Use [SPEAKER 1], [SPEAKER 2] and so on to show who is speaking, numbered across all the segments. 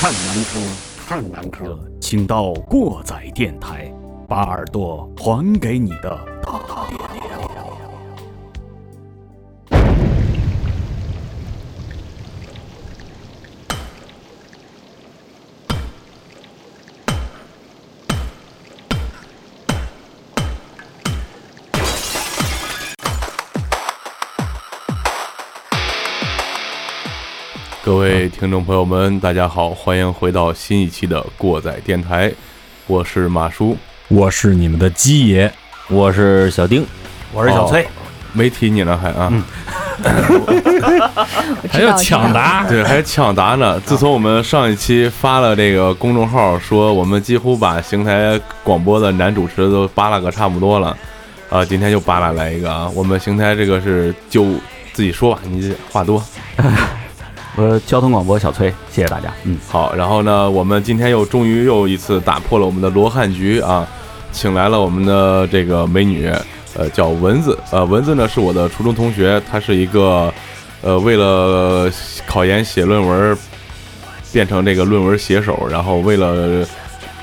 [SPEAKER 1] 看南柯，看南柯，
[SPEAKER 2] 嗯
[SPEAKER 1] 请到过载电台，把耳朵还给你的大爹爹。
[SPEAKER 3] 各位听众朋友们，大家好，欢迎回到新一期的过载电台，我是马叔。
[SPEAKER 4] 我是你们的鸡爷，
[SPEAKER 2] 我是小丁，
[SPEAKER 5] 我是小崔，
[SPEAKER 4] 哦
[SPEAKER 3] 没提你呢，还啊，
[SPEAKER 4] 还要抢 答，
[SPEAKER 3] 对，还抢答呢。自从我们上一期发了这个公众号，说我们几乎把邢台广播的男主持都扒拉个差不多了，啊、今天又扒拉来一个啊。我们邢台这个是就自己说吧，你这话多
[SPEAKER 2] 我是呃交通广播小崔，谢谢大家。嗯，
[SPEAKER 3] 好。然后呢，我们今天又终于又一次打破了我们的罗汉局啊，请来了我们的这个美女，呃，叫蚊子。呃，蚊子呢是我的初中同学，她是一个，呃，为了考研写论文，变成这个论文写手，然后为了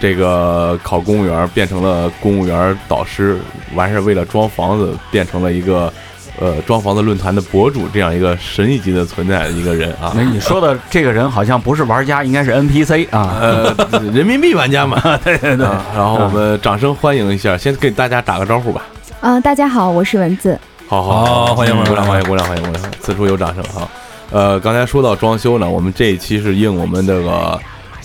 [SPEAKER 3] 这个考公务员变成了公务员导师，完事儿为了装房子变成了一个。呃，装房子论坛的博主这样一个神一级的存在的一个人啊，
[SPEAKER 2] 那你说的这个人好像不是玩家，应该是 NPC 啊。
[SPEAKER 3] 呃，人民币玩家嘛， 对对对、啊然后我们掌声欢迎一下，先给大家打个招呼吧。
[SPEAKER 6] 嗯，大家好，我是文字。
[SPEAKER 3] 好好
[SPEAKER 4] 好欢迎
[SPEAKER 3] 鼓掌，欢
[SPEAKER 4] 欢
[SPEAKER 3] 迎鼓掌，欢迎鼓掌，此处有掌声哈。呃，刚才说到装修呢，我们这一期是应我们这个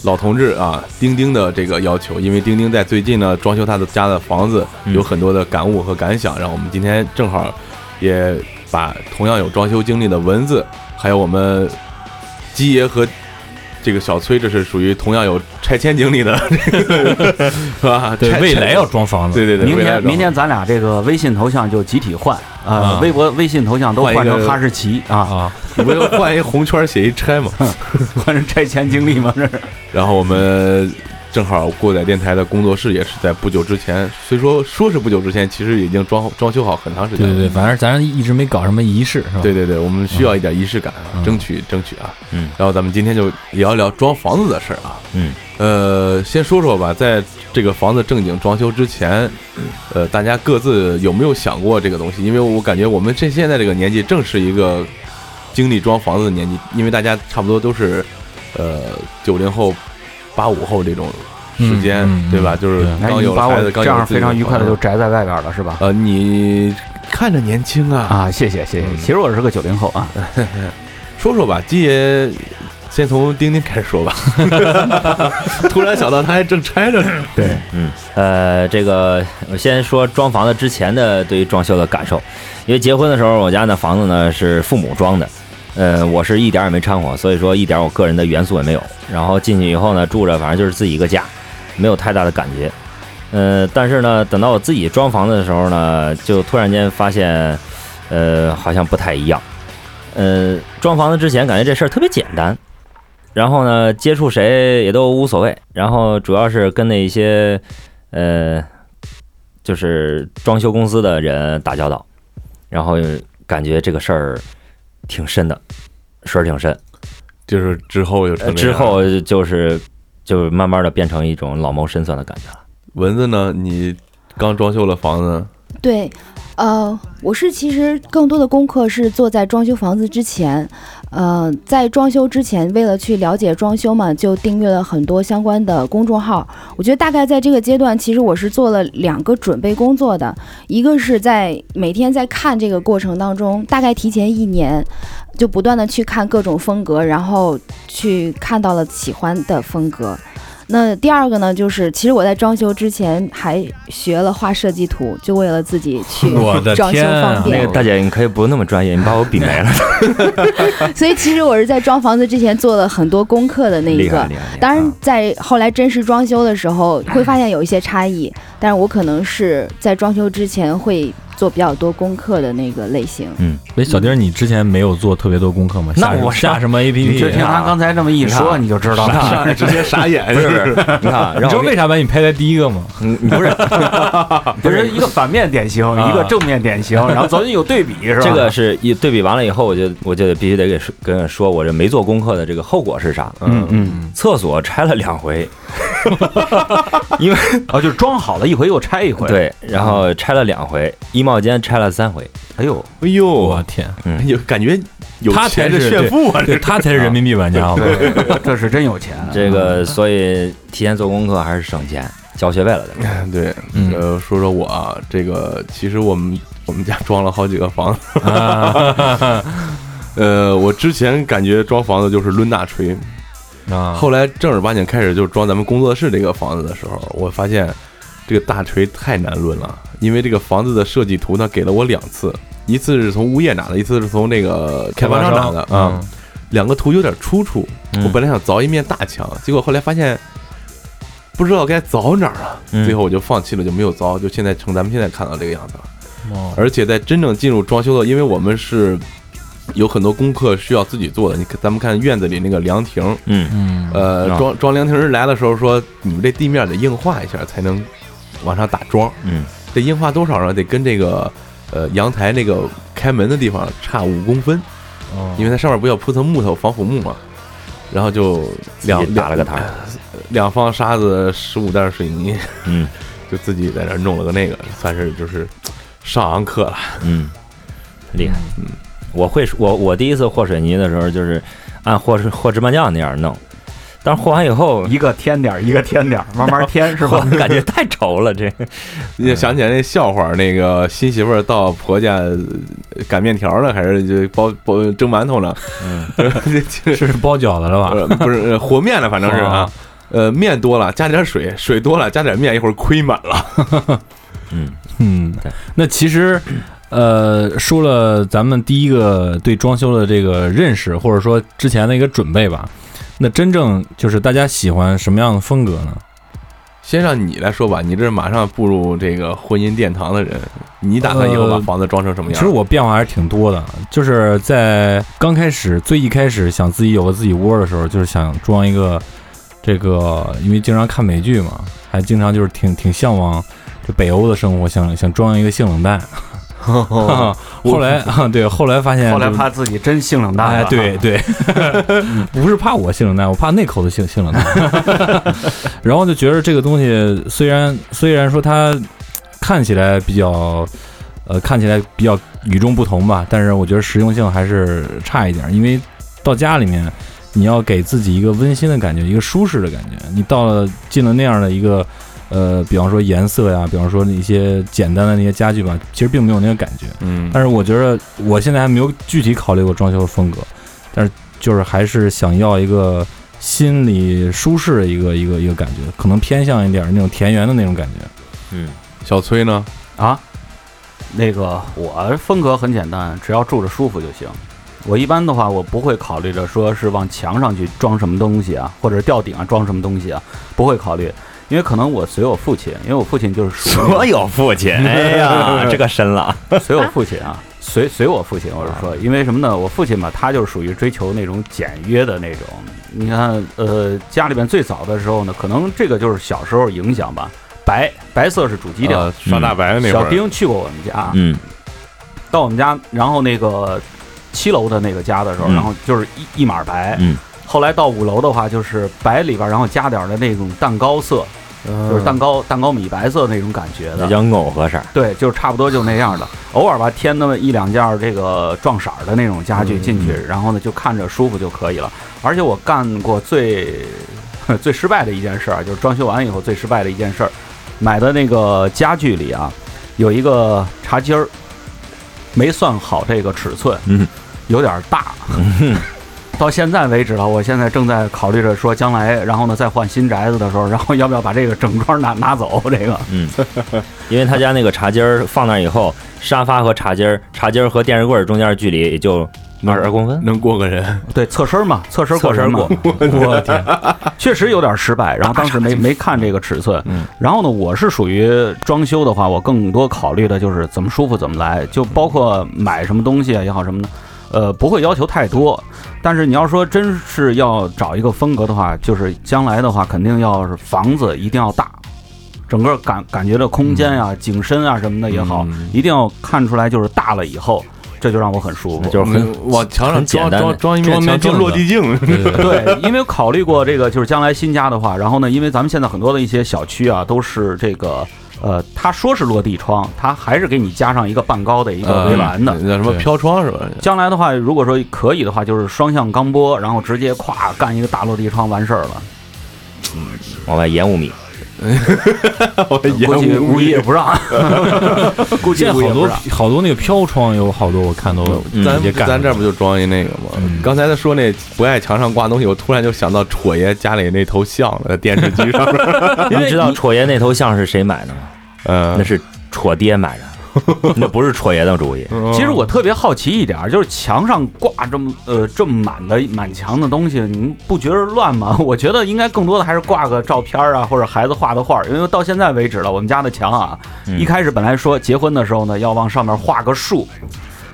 [SPEAKER 3] 老同志啊丁丁的这个要求，因为丁丁在最近呢装修他的家的房子
[SPEAKER 4] 嗯
[SPEAKER 3] 有很多的感悟和感想，然后我们今天正好也把同样有装修经历的文字，还有我们鸡爷和这个小崔，这是属于同样有拆迁 经历的，这个是吧？
[SPEAKER 4] 对
[SPEAKER 3] 拆
[SPEAKER 4] 未来要装房子，
[SPEAKER 3] 对对对，
[SPEAKER 2] 明
[SPEAKER 3] 未来要
[SPEAKER 2] 天
[SPEAKER 3] 装
[SPEAKER 2] 明天咱俩这个微信头像就集体换，呃
[SPEAKER 4] 啊，
[SPEAKER 2] 微博、微信头像都
[SPEAKER 3] 换一
[SPEAKER 2] 换成
[SPEAKER 3] 个
[SPEAKER 2] 哈士奇啊，
[SPEAKER 4] 啊，
[SPEAKER 3] 你 不就换一红圈写一 拆嘛？
[SPEAKER 2] 换成拆迁经历 吗？这是
[SPEAKER 3] 然后我们正好过载电台的工作室也是在不久之前，虽说说是不久之前，其实已经装装修好很长时
[SPEAKER 4] 对
[SPEAKER 3] 间
[SPEAKER 4] 对
[SPEAKER 3] 了。
[SPEAKER 4] 对，反正咱一直没搞什么仪式，
[SPEAKER 2] 啊
[SPEAKER 4] 是吧？
[SPEAKER 3] 对对对，我们需要一点仪式感，啊，争取争取啊。
[SPEAKER 2] 嗯，
[SPEAKER 3] 然后咱们今天就聊一聊装房子的事儿啊。
[SPEAKER 2] 嗯，
[SPEAKER 3] 呃，先说说吧，在这个房子正经装修之前，呃，大家各自有没有想过这个东西？因为我感觉我们这现在这个年纪正是一个经历装房子的年纪，因为大家差不多都是呃九零后、八五后这种时间，
[SPEAKER 4] 嗯嗯嗯
[SPEAKER 3] 对吧？就是
[SPEAKER 4] 对
[SPEAKER 2] 哎
[SPEAKER 3] 刚
[SPEAKER 2] 你
[SPEAKER 3] 有了
[SPEAKER 2] 把
[SPEAKER 3] 孩子，
[SPEAKER 2] 我
[SPEAKER 3] 刚
[SPEAKER 2] 这
[SPEAKER 3] 有了
[SPEAKER 2] 样
[SPEAKER 3] 自己
[SPEAKER 2] 非
[SPEAKER 3] 的
[SPEAKER 2] 常愉快的
[SPEAKER 3] 房
[SPEAKER 2] 就
[SPEAKER 3] 子
[SPEAKER 2] 宅在外边了，是吧？
[SPEAKER 3] 呃，你看着年轻啊，
[SPEAKER 2] 啊，谢谢谢谢。其实我是个九零后啊，
[SPEAKER 3] 说说吧，鸡爷，先从丁丁开始 说吧。突然想到他还正拆着呢。
[SPEAKER 2] 对，
[SPEAKER 7] 呃，这个我先说装房子之前的对于装修的感受，因为结婚的时候我家那房子呢是父母装的，呃，我是一点儿也没掺和，所以说一点儿我个人的元素也没有。然后进去以后呢，住着反正就是自己一个家，没有太大的感觉。呃，但是呢，等到我自己装房子的时候呢，就突然间发现，呃，好像不太一样。呃，装房子之前感觉这事儿特别简单，然后呢，接触谁也都无所谓，然后主要是跟那一些呃，就是装修公司的人打交道，然后感觉这个事儿挺深的，水儿挺深。
[SPEAKER 3] 就是之后就成
[SPEAKER 7] 呃
[SPEAKER 3] 这样
[SPEAKER 7] 之后就是就慢慢的变成一种老谋深算的感觉了。
[SPEAKER 3] 蚊子呢？你刚装修了房子，
[SPEAKER 6] 对，呃，我是其实更多的功课是做在装修房子之前，呃，在装修之前，为了去了解装修嘛，就订阅了很多相关的公众号。我觉得大概在这个阶段，其实我是做了两个准备工作的，一个是在每天在看这个过程当中，大概提前一年。就不断的去看各种风格，然后去看到了喜欢的风格。那第二个呢，就是其实我在装修之前还学了画设计图，就为了自己去
[SPEAKER 4] 我的
[SPEAKER 6] 装修
[SPEAKER 4] 天啊
[SPEAKER 6] 方
[SPEAKER 7] 那
[SPEAKER 6] 便
[SPEAKER 7] 个。大姐，你可以不用那么专业，你把我比 没了，
[SPEAKER 6] 所以其实我是在装房子之前做了很多功课的那一
[SPEAKER 7] 厉害
[SPEAKER 6] 个
[SPEAKER 7] 厉害。厉。害
[SPEAKER 6] 当然
[SPEAKER 7] 啊，
[SPEAKER 6] 在后来真实装修的时候，会发现有一些差异，但是我可能是在装修之前会做比较多功课的那个类型。
[SPEAKER 4] 哎，小丁儿，你之前没有做特别多功课吗？
[SPEAKER 2] 那
[SPEAKER 4] 下什
[SPEAKER 2] 我
[SPEAKER 4] 下什么
[SPEAKER 2] 你就听
[SPEAKER 4] APP？啊
[SPEAKER 2] 他刚才这么一说，啊你就知道 了。
[SPEAKER 3] 上来直接傻眼，
[SPEAKER 7] 不是不是，你看啊，
[SPEAKER 4] 你
[SPEAKER 7] 让
[SPEAKER 4] 知道
[SPEAKER 7] 我
[SPEAKER 4] 为啥把你排在第一个吗？
[SPEAKER 7] 嗯不是
[SPEAKER 2] 不是一个反面典 型，一个正面典型， 然后咱有对比啊是吧？
[SPEAKER 7] 这个是一对比完了以后，我就我就得必须得给说跟人说，我这没做功课的这个后果是啥？
[SPEAKER 2] 嗯嗯，
[SPEAKER 7] 厕所拆了两回， 因为
[SPEAKER 2] 哦，就是装好了一回又拆一回。，
[SPEAKER 7] 对，然后拆了两回，衣帽间拆了三回，
[SPEAKER 2] 哎呦，
[SPEAKER 3] 哎呦
[SPEAKER 4] 我，天，
[SPEAKER 3] 有感觉有
[SPEAKER 4] 他才
[SPEAKER 3] 钱
[SPEAKER 4] 是
[SPEAKER 3] 的炫富啊，这
[SPEAKER 4] 对他才是人民币玩 家，好吧？
[SPEAKER 2] 这是真有钱。
[SPEAKER 7] 这个所以提前做功课还是省钱，交学费了的。
[SPEAKER 3] 对，
[SPEAKER 4] 嗯
[SPEAKER 3] 呃，说说我啊，这个其实我们我们家装了好几个房子， 呃，我之前感觉装房子就是抡大锤，
[SPEAKER 4] 啊，
[SPEAKER 3] 后来正儿八经开始就装咱们工作室这个房子的时候，我发现这个大锤太难抡了，因为这个房子的设计图呢给了我两次，一次是从物业拿的，一次是从那个开发商拿的啊。
[SPEAKER 4] 嗯，
[SPEAKER 3] 两个图有点出处。
[SPEAKER 7] 嗯
[SPEAKER 3] 我本来想凿一面大墙，结果后来发现不知道该凿哪儿了，
[SPEAKER 7] 嗯
[SPEAKER 3] 最后我就放弃了，就没有凿，就现在成咱们现在看到这个样子了。
[SPEAKER 4] 哦
[SPEAKER 3] 而且在真正进入装修的，因为我们是有很多功课需要自己做的。你看，咱们看院子里那个凉亭，
[SPEAKER 7] 嗯，
[SPEAKER 4] 嗯，
[SPEAKER 3] 呃，
[SPEAKER 7] 啊
[SPEAKER 3] 装装凉亭人来的时候说，你们这地面得硬化一下才能往上打桩。
[SPEAKER 7] 嗯，
[SPEAKER 3] 这硬化多少呢？得跟这个呃阳台那个开门的地方差五公分。
[SPEAKER 4] 哦
[SPEAKER 3] 因为它上面不要铺层木头防腐木嘛，然后就两
[SPEAKER 7] 自己打了个摊儿，
[SPEAKER 3] 两方沙子十五袋水泥，
[SPEAKER 7] 嗯，
[SPEAKER 3] 就自己在那儿弄了个那个，算是就是上完课了。
[SPEAKER 7] 嗯，厉害。嗯，我会我我第一次和水泥的时候，就是按和和芝麻酱那样弄，但是和完以 后，
[SPEAKER 2] 一个添点儿，一个添点儿，慢慢添是
[SPEAKER 7] 我
[SPEAKER 2] 吧？
[SPEAKER 7] 感觉太稠了， 这
[SPEAKER 3] 也想起来那笑话，那个新媳妇儿到婆家呃擀面条呢，还是就包包蒸馒头呢？嗯，就是
[SPEAKER 4] 是包饺子了吧？
[SPEAKER 3] 呃不是呃和面了，反正是啊
[SPEAKER 4] 啊。
[SPEAKER 3] 呃，面多了，加点水；水多了，加点面，一会儿亏满了。
[SPEAKER 7] 嗯
[SPEAKER 4] 嗯
[SPEAKER 7] 对，
[SPEAKER 4] 那其实，呃，说了咱们第一个对装修的这个认识，或者说之前的一个准备吧。那真正就是大家喜欢什么样的风格呢？
[SPEAKER 3] 先让你来说吧，你这马上步入这个婚姻殿堂的人，你打算以后把
[SPEAKER 4] 呃
[SPEAKER 3] 房子装成什么
[SPEAKER 4] 其
[SPEAKER 3] 样？
[SPEAKER 4] 实我变化还是挺多的，就是在刚开始最一开始想自己有个自己窝的时候，就是想装一个这个，因为经常看美剧嘛，还经常就是挺挺向往这北欧的生活，想想装一个性冷淡。 后来啊，对，后来发现
[SPEAKER 2] 哦后来
[SPEAKER 4] 就
[SPEAKER 2] 怕自己真性冷淡了
[SPEAKER 4] 哎， 对对， 不是怕我性冷淡，我怕那口子性性冷淡。然后就觉得这个东西虽然虽然说它看起来比较，呃，看起来比较与众不同吧，但是我觉得实用性还是差一点，因为到家里面你要给自己一个温馨的感觉，一个舒适的感觉。你到了进了那样的一个。呃，比方说颜色呀，比方说一些简单的那些家具吧，其实并没有那个感觉。
[SPEAKER 3] 嗯，
[SPEAKER 4] 但是我觉得我现在还没有具体考虑过装修的风格，但是就是还是想要一个心里舒适的一个一个一个感觉，可能偏向一点儿那种田园的那种感觉。
[SPEAKER 7] 嗯，
[SPEAKER 3] 小崔呢？
[SPEAKER 2] 啊，那个我风格很简单，只要住着舒服就行。我一般的话，我不会考虑着说是往墙上去装什么东西啊，或者吊顶啊装什么东西啊，不会考虑，因为可能我随我父亲，因为我父亲就是属于那种
[SPEAKER 7] 所有父亲，哎 呀，这个深了，
[SPEAKER 2] 随我父亲啊，随随我父亲，我是说，因为什么呢？我父亲吧，他就是属于追求那种简约的那种。你看，呃，家里边最早的时候呢，可能这个就是小时候影响吧，白白色是主基调。
[SPEAKER 3] 啊刷大白的那会
[SPEAKER 2] 小
[SPEAKER 3] 儿，
[SPEAKER 2] 丁去过我们家，
[SPEAKER 7] 嗯
[SPEAKER 2] 到我们家，然后那个七楼的那个家的时候，
[SPEAKER 7] 嗯
[SPEAKER 2] 然后就是一一码白。
[SPEAKER 7] 嗯
[SPEAKER 2] 后来到五楼的话，就是白里边，然后加点儿的那种蛋糕色，
[SPEAKER 3] 就
[SPEAKER 4] 嗯
[SPEAKER 2] 就是蛋糕蛋糕米白色那种感觉的
[SPEAKER 7] 那。叫藕和色儿，
[SPEAKER 2] 对，就是差不多就那样的，偶尔吧添那么一两件儿这个撞色儿的那种家具进去，然后呢就看着舒服就可以了。而且我干过最 最失败的一件事儿，就是装修完以后最失败的一件事儿，买的那个家具里啊有一个茶几儿，没算好这个尺寸，
[SPEAKER 7] 嗯，
[SPEAKER 2] 有点儿大。 到现在为止了，我现在正在考虑着说将来，然后呢再换新宅子的时候，然后要不要把这个整装拿拿走？这个
[SPEAKER 7] 嗯，因为他家那个茶几儿放那儿以后，沙发和茶几儿，茶几儿和电视柜儿中间距离也就
[SPEAKER 3] 能
[SPEAKER 7] 二十公分，
[SPEAKER 3] 能过个人，
[SPEAKER 2] 对，侧身嘛，侧身过
[SPEAKER 7] 侧身
[SPEAKER 2] 人嘛，
[SPEAKER 4] 我的天，
[SPEAKER 2] 确实有点失败。然后当时没没看这个尺寸，然后呢，我是属于装修的话，我更多考虑的就是怎么舒服怎么来，就包括买什么东西啊也好什么的，呃，不会要求太多。但是你要说真是要找一个风格的话，就是将来的话，肯定要是房子一定要大，整个感感觉的空间呀、景深啊什么的也好，
[SPEAKER 3] 嗯
[SPEAKER 2] 一定要看出来就是大了以后，这就让我很舒服。
[SPEAKER 7] 就是很
[SPEAKER 3] 嗯往墙上
[SPEAKER 7] 很简
[SPEAKER 3] 装
[SPEAKER 7] 单
[SPEAKER 3] 装
[SPEAKER 7] 的
[SPEAKER 3] 装一面
[SPEAKER 4] 装面
[SPEAKER 3] 墙就
[SPEAKER 4] 镜子
[SPEAKER 3] 落地镜，
[SPEAKER 4] 对 对对
[SPEAKER 2] 对，因为考虑过这个，就是将来新家的话，然后呢，因为咱们现在很多的一些小区啊，都是这个，呃，他说是落地窗，他还是给你加上一个半高的一个
[SPEAKER 3] 呃
[SPEAKER 2] 围栏的。
[SPEAKER 3] 那什么
[SPEAKER 4] 对
[SPEAKER 3] 飘窗是吧？
[SPEAKER 2] 将来的话，如果说可以的话，就是双向钢波，然后直接咵干一个大落地窗，完事儿 了。
[SPEAKER 7] 往外延五米。
[SPEAKER 3] 我
[SPEAKER 2] 估计
[SPEAKER 3] 言
[SPEAKER 2] 物业不让， 估计
[SPEAKER 4] 现在
[SPEAKER 2] 物业不
[SPEAKER 4] 好多
[SPEAKER 2] 让。
[SPEAKER 4] 好多那个飘窗有好多，我看都
[SPEAKER 7] 嗯
[SPEAKER 3] 咱
[SPEAKER 4] 直接干
[SPEAKER 3] 咱这儿不就装一那个吗？
[SPEAKER 4] 嗯
[SPEAKER 3] 刚才他说那不爱墙上挂东西，我突然就想到戳爷家里那头像了，在电视机上面。
[SPEAKER 7] 你们知道戳爷那头像是谁买的吗？那
[SPEAKER 3] 嗯，
[SPEAKER 7] 是戳爹 买的，那不是戳爷的主意。
[SPEAKER 2] 其实我特别好奇一点儿，就是墙上挂这么呃这么满的满墙的东西，你不觉得乱吗？ 我觉得应该更多的还是挂个照片儿啊，或者孩子画的画儿。因为到现在为止了，我们家的墙啊，
[SPEAKER 7] 嗯
[SPEAKER 2] 一开始本来说结婚的时候呢，要往上面画个树。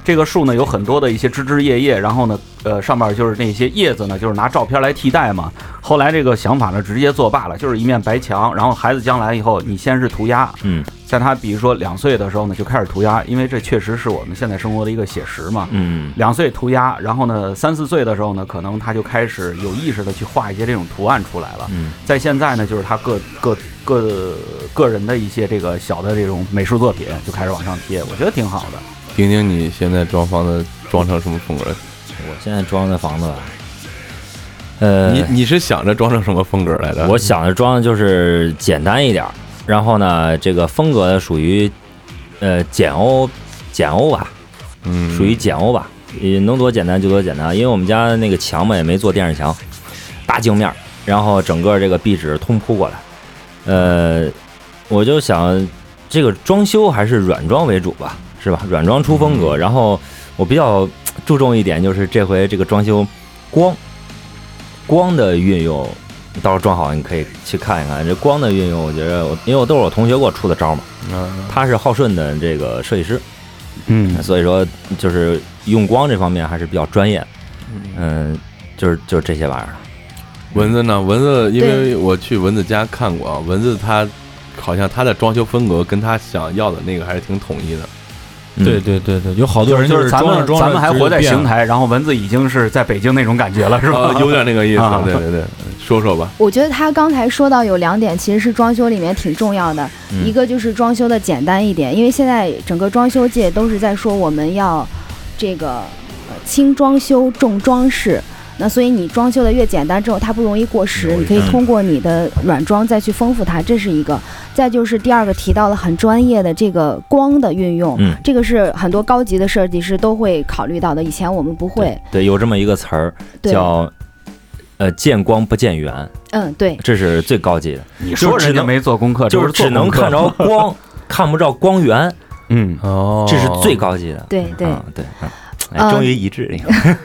[SPEAKER 2] 这个树呢有很多的一些枝枝叶叶，然后呢，呃，上面就是那些叶子呢，就是拿照片来替代嘛。后来这个想法呢直接作罢了，就是一面白墙。然后孩子将来以后，你先是涂鸦，
[SPEAKER 7] 嗯
[SPEAKER 2] 在他比如说两岁的时候呢，就开始涂鸦，因为这确实是我们现在生活的一个写实嘛。
[SPEAKER 7] 嗯，
[SPEAKER 2] 两岁涂鸦，然后呢，三四岁的时候呢，可能他就开始有意识的去画一些这种图案出来了。
[SPEAKER 7] 嗯，
[SPEAKER 2] 在现在呢，就是他个个个个人的一些这个小的这种美术作品就开始往上贴，我觉得挺好的。
[SPEAKER 3] 丁丁，你现在装房子装成什么风格？
[SPEAKER 7] 我现在装的房子吧，呃，
[SPEAKER 3] 你你是想着装成什么风格来的？
[SPEAKER 7] 我想着装的就是简单一点儿，然后呢，这个风格属于呃简欧简欧吧，
[SPEAKER 3] 嗯
[SPEAKER 7] 属于简欧吧，也能多简单就多简单，因为我们家那个墙嘛也没做电视墙，大镜面儿，然后整个这个壁纸通铺过来，呃，我就想这个装修还是软装为主吧，是吧？软装出风
[SPEAKER 3] 嗯
[SPEAKER 7] 格，然后我比较注重一点就是这回这个装修光光的运用，到时候装好你可以去看一看这光的运用，我觉得我因为我都是我同学给我出的招嘛，
[SPEAKER 3] 嗯
[SPEAKER 7] 他是浩顺的这个设计师。
[SPEAKER 2] 嗯
[SPEAKER 7] 所以说就是用光这方面还是比较专业的，嗯，就是就是这些玩意儿了。
[SPEAKER 3] 蚊子呢？蚊子，因为我去蚊子家看过啊，蚊子他好像他的装修风格跟他想要的那个还是挺统一的。
[SPEAKER 7] 嗯
[SPEAKER 4] 对，对对对，有好多人
[SPEAKER 2] 就是咱
[SPEAKER 4] 装着
[SPEAKER 2] 们
[SPEAKER 4] 装着
[SPEAKER 2] 咱们还
[SPEAKER 4] 直接
[SPEAKER 2] 活在
[SPEAKER 4] 变
[SPEAKER 2] 邢
[SPEAKER 4] 了，
[SPEAKER 2] 台，然后蚊子已经是在北京那种感觉了，是吧
[SPEAKER 7] 嗯
[SPEAKER 3] 啊？有点那个意思
[SPEAKER 2] 啊，
[SPEAKER 3] 对对对，说说吧。
[SPEAKER 6] 我觉得他刚才说到有两点，其实是装修里面挺重要的，
[SPEAKER 7] 嗯
[SPEAKER 6] 一个就是装修的简单一点，因为现在整个装修界都是在说我们要这个呃轻装修重装饰。那所以你装修的越简单之后，它不容易过时，你可
[SPEAKER 7] 嗯
[SPEAKER 6] 以通过你的软装再去丰富它，这是一个。再就是第二个提到了很专业的这个光的运用，
[SPEAKER 7] 嗯
[SPEAKER 6] 这个是很多高级的设计师都会考虑到的，以前我们不会。
[SPEAKER 7] 对，有这么一个词儿
[SPEAKER 6] 对，
[SPEAKER 7] 叫呃见光不见源，
[SPEAKER 6] 嗯，对，
[SPEAKER 7] 这是最高级的，
[SPEAKER 2] 你说人家没做功课，
[SPEAKER 7] 啊就是只能看着
[SPEAKER 2] 着，
[SPEAKER 7] 光， 看不着光源，
[SPEAKER 2] 嗯，
[SPEAKER 3] 哦
[SPEAKER 7] 这是最高级的。
[SPEAKER 6] 对对。
[SPEAKER 7] 嗯对，嗯哎，
[SPEAKER 6] 呃
[SPEAKER 7] 终于一致。你看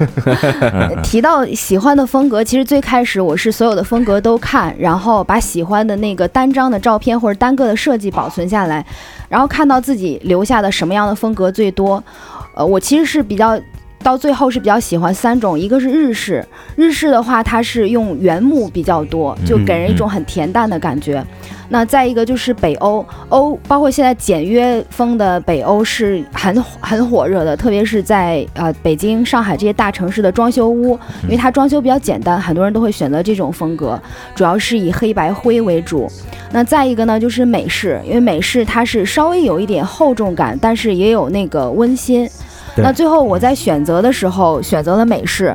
[SPEAKER 6] 提到喜欢的风格，其实最开始我是所有的风格都看，然后把喜欢的那个单张的照片或者单个的设计保存下来，然后看到自己留下的什么样的风格最多。呃，我其实是比较。到最后是比较喜欢三种，一个是日式，日式的话它是用原木比较多，就给人一种很恬淡的感觉。那再一个就是北欧，欧包括现在简约风的北欧是很很火热的，特别是在呃北京、上海这些大城市的装修屋，因为它装修比较简单，很多人都会选择这种风格，主要是以黑白灰为主。那再一个呢，就是美式，因为美式它是稍微有一点厚重感，但是也有那个温馨。
[SPEAKER 4] 对
[SPEAKER 6] 那最后我在选择的时候选择了美式，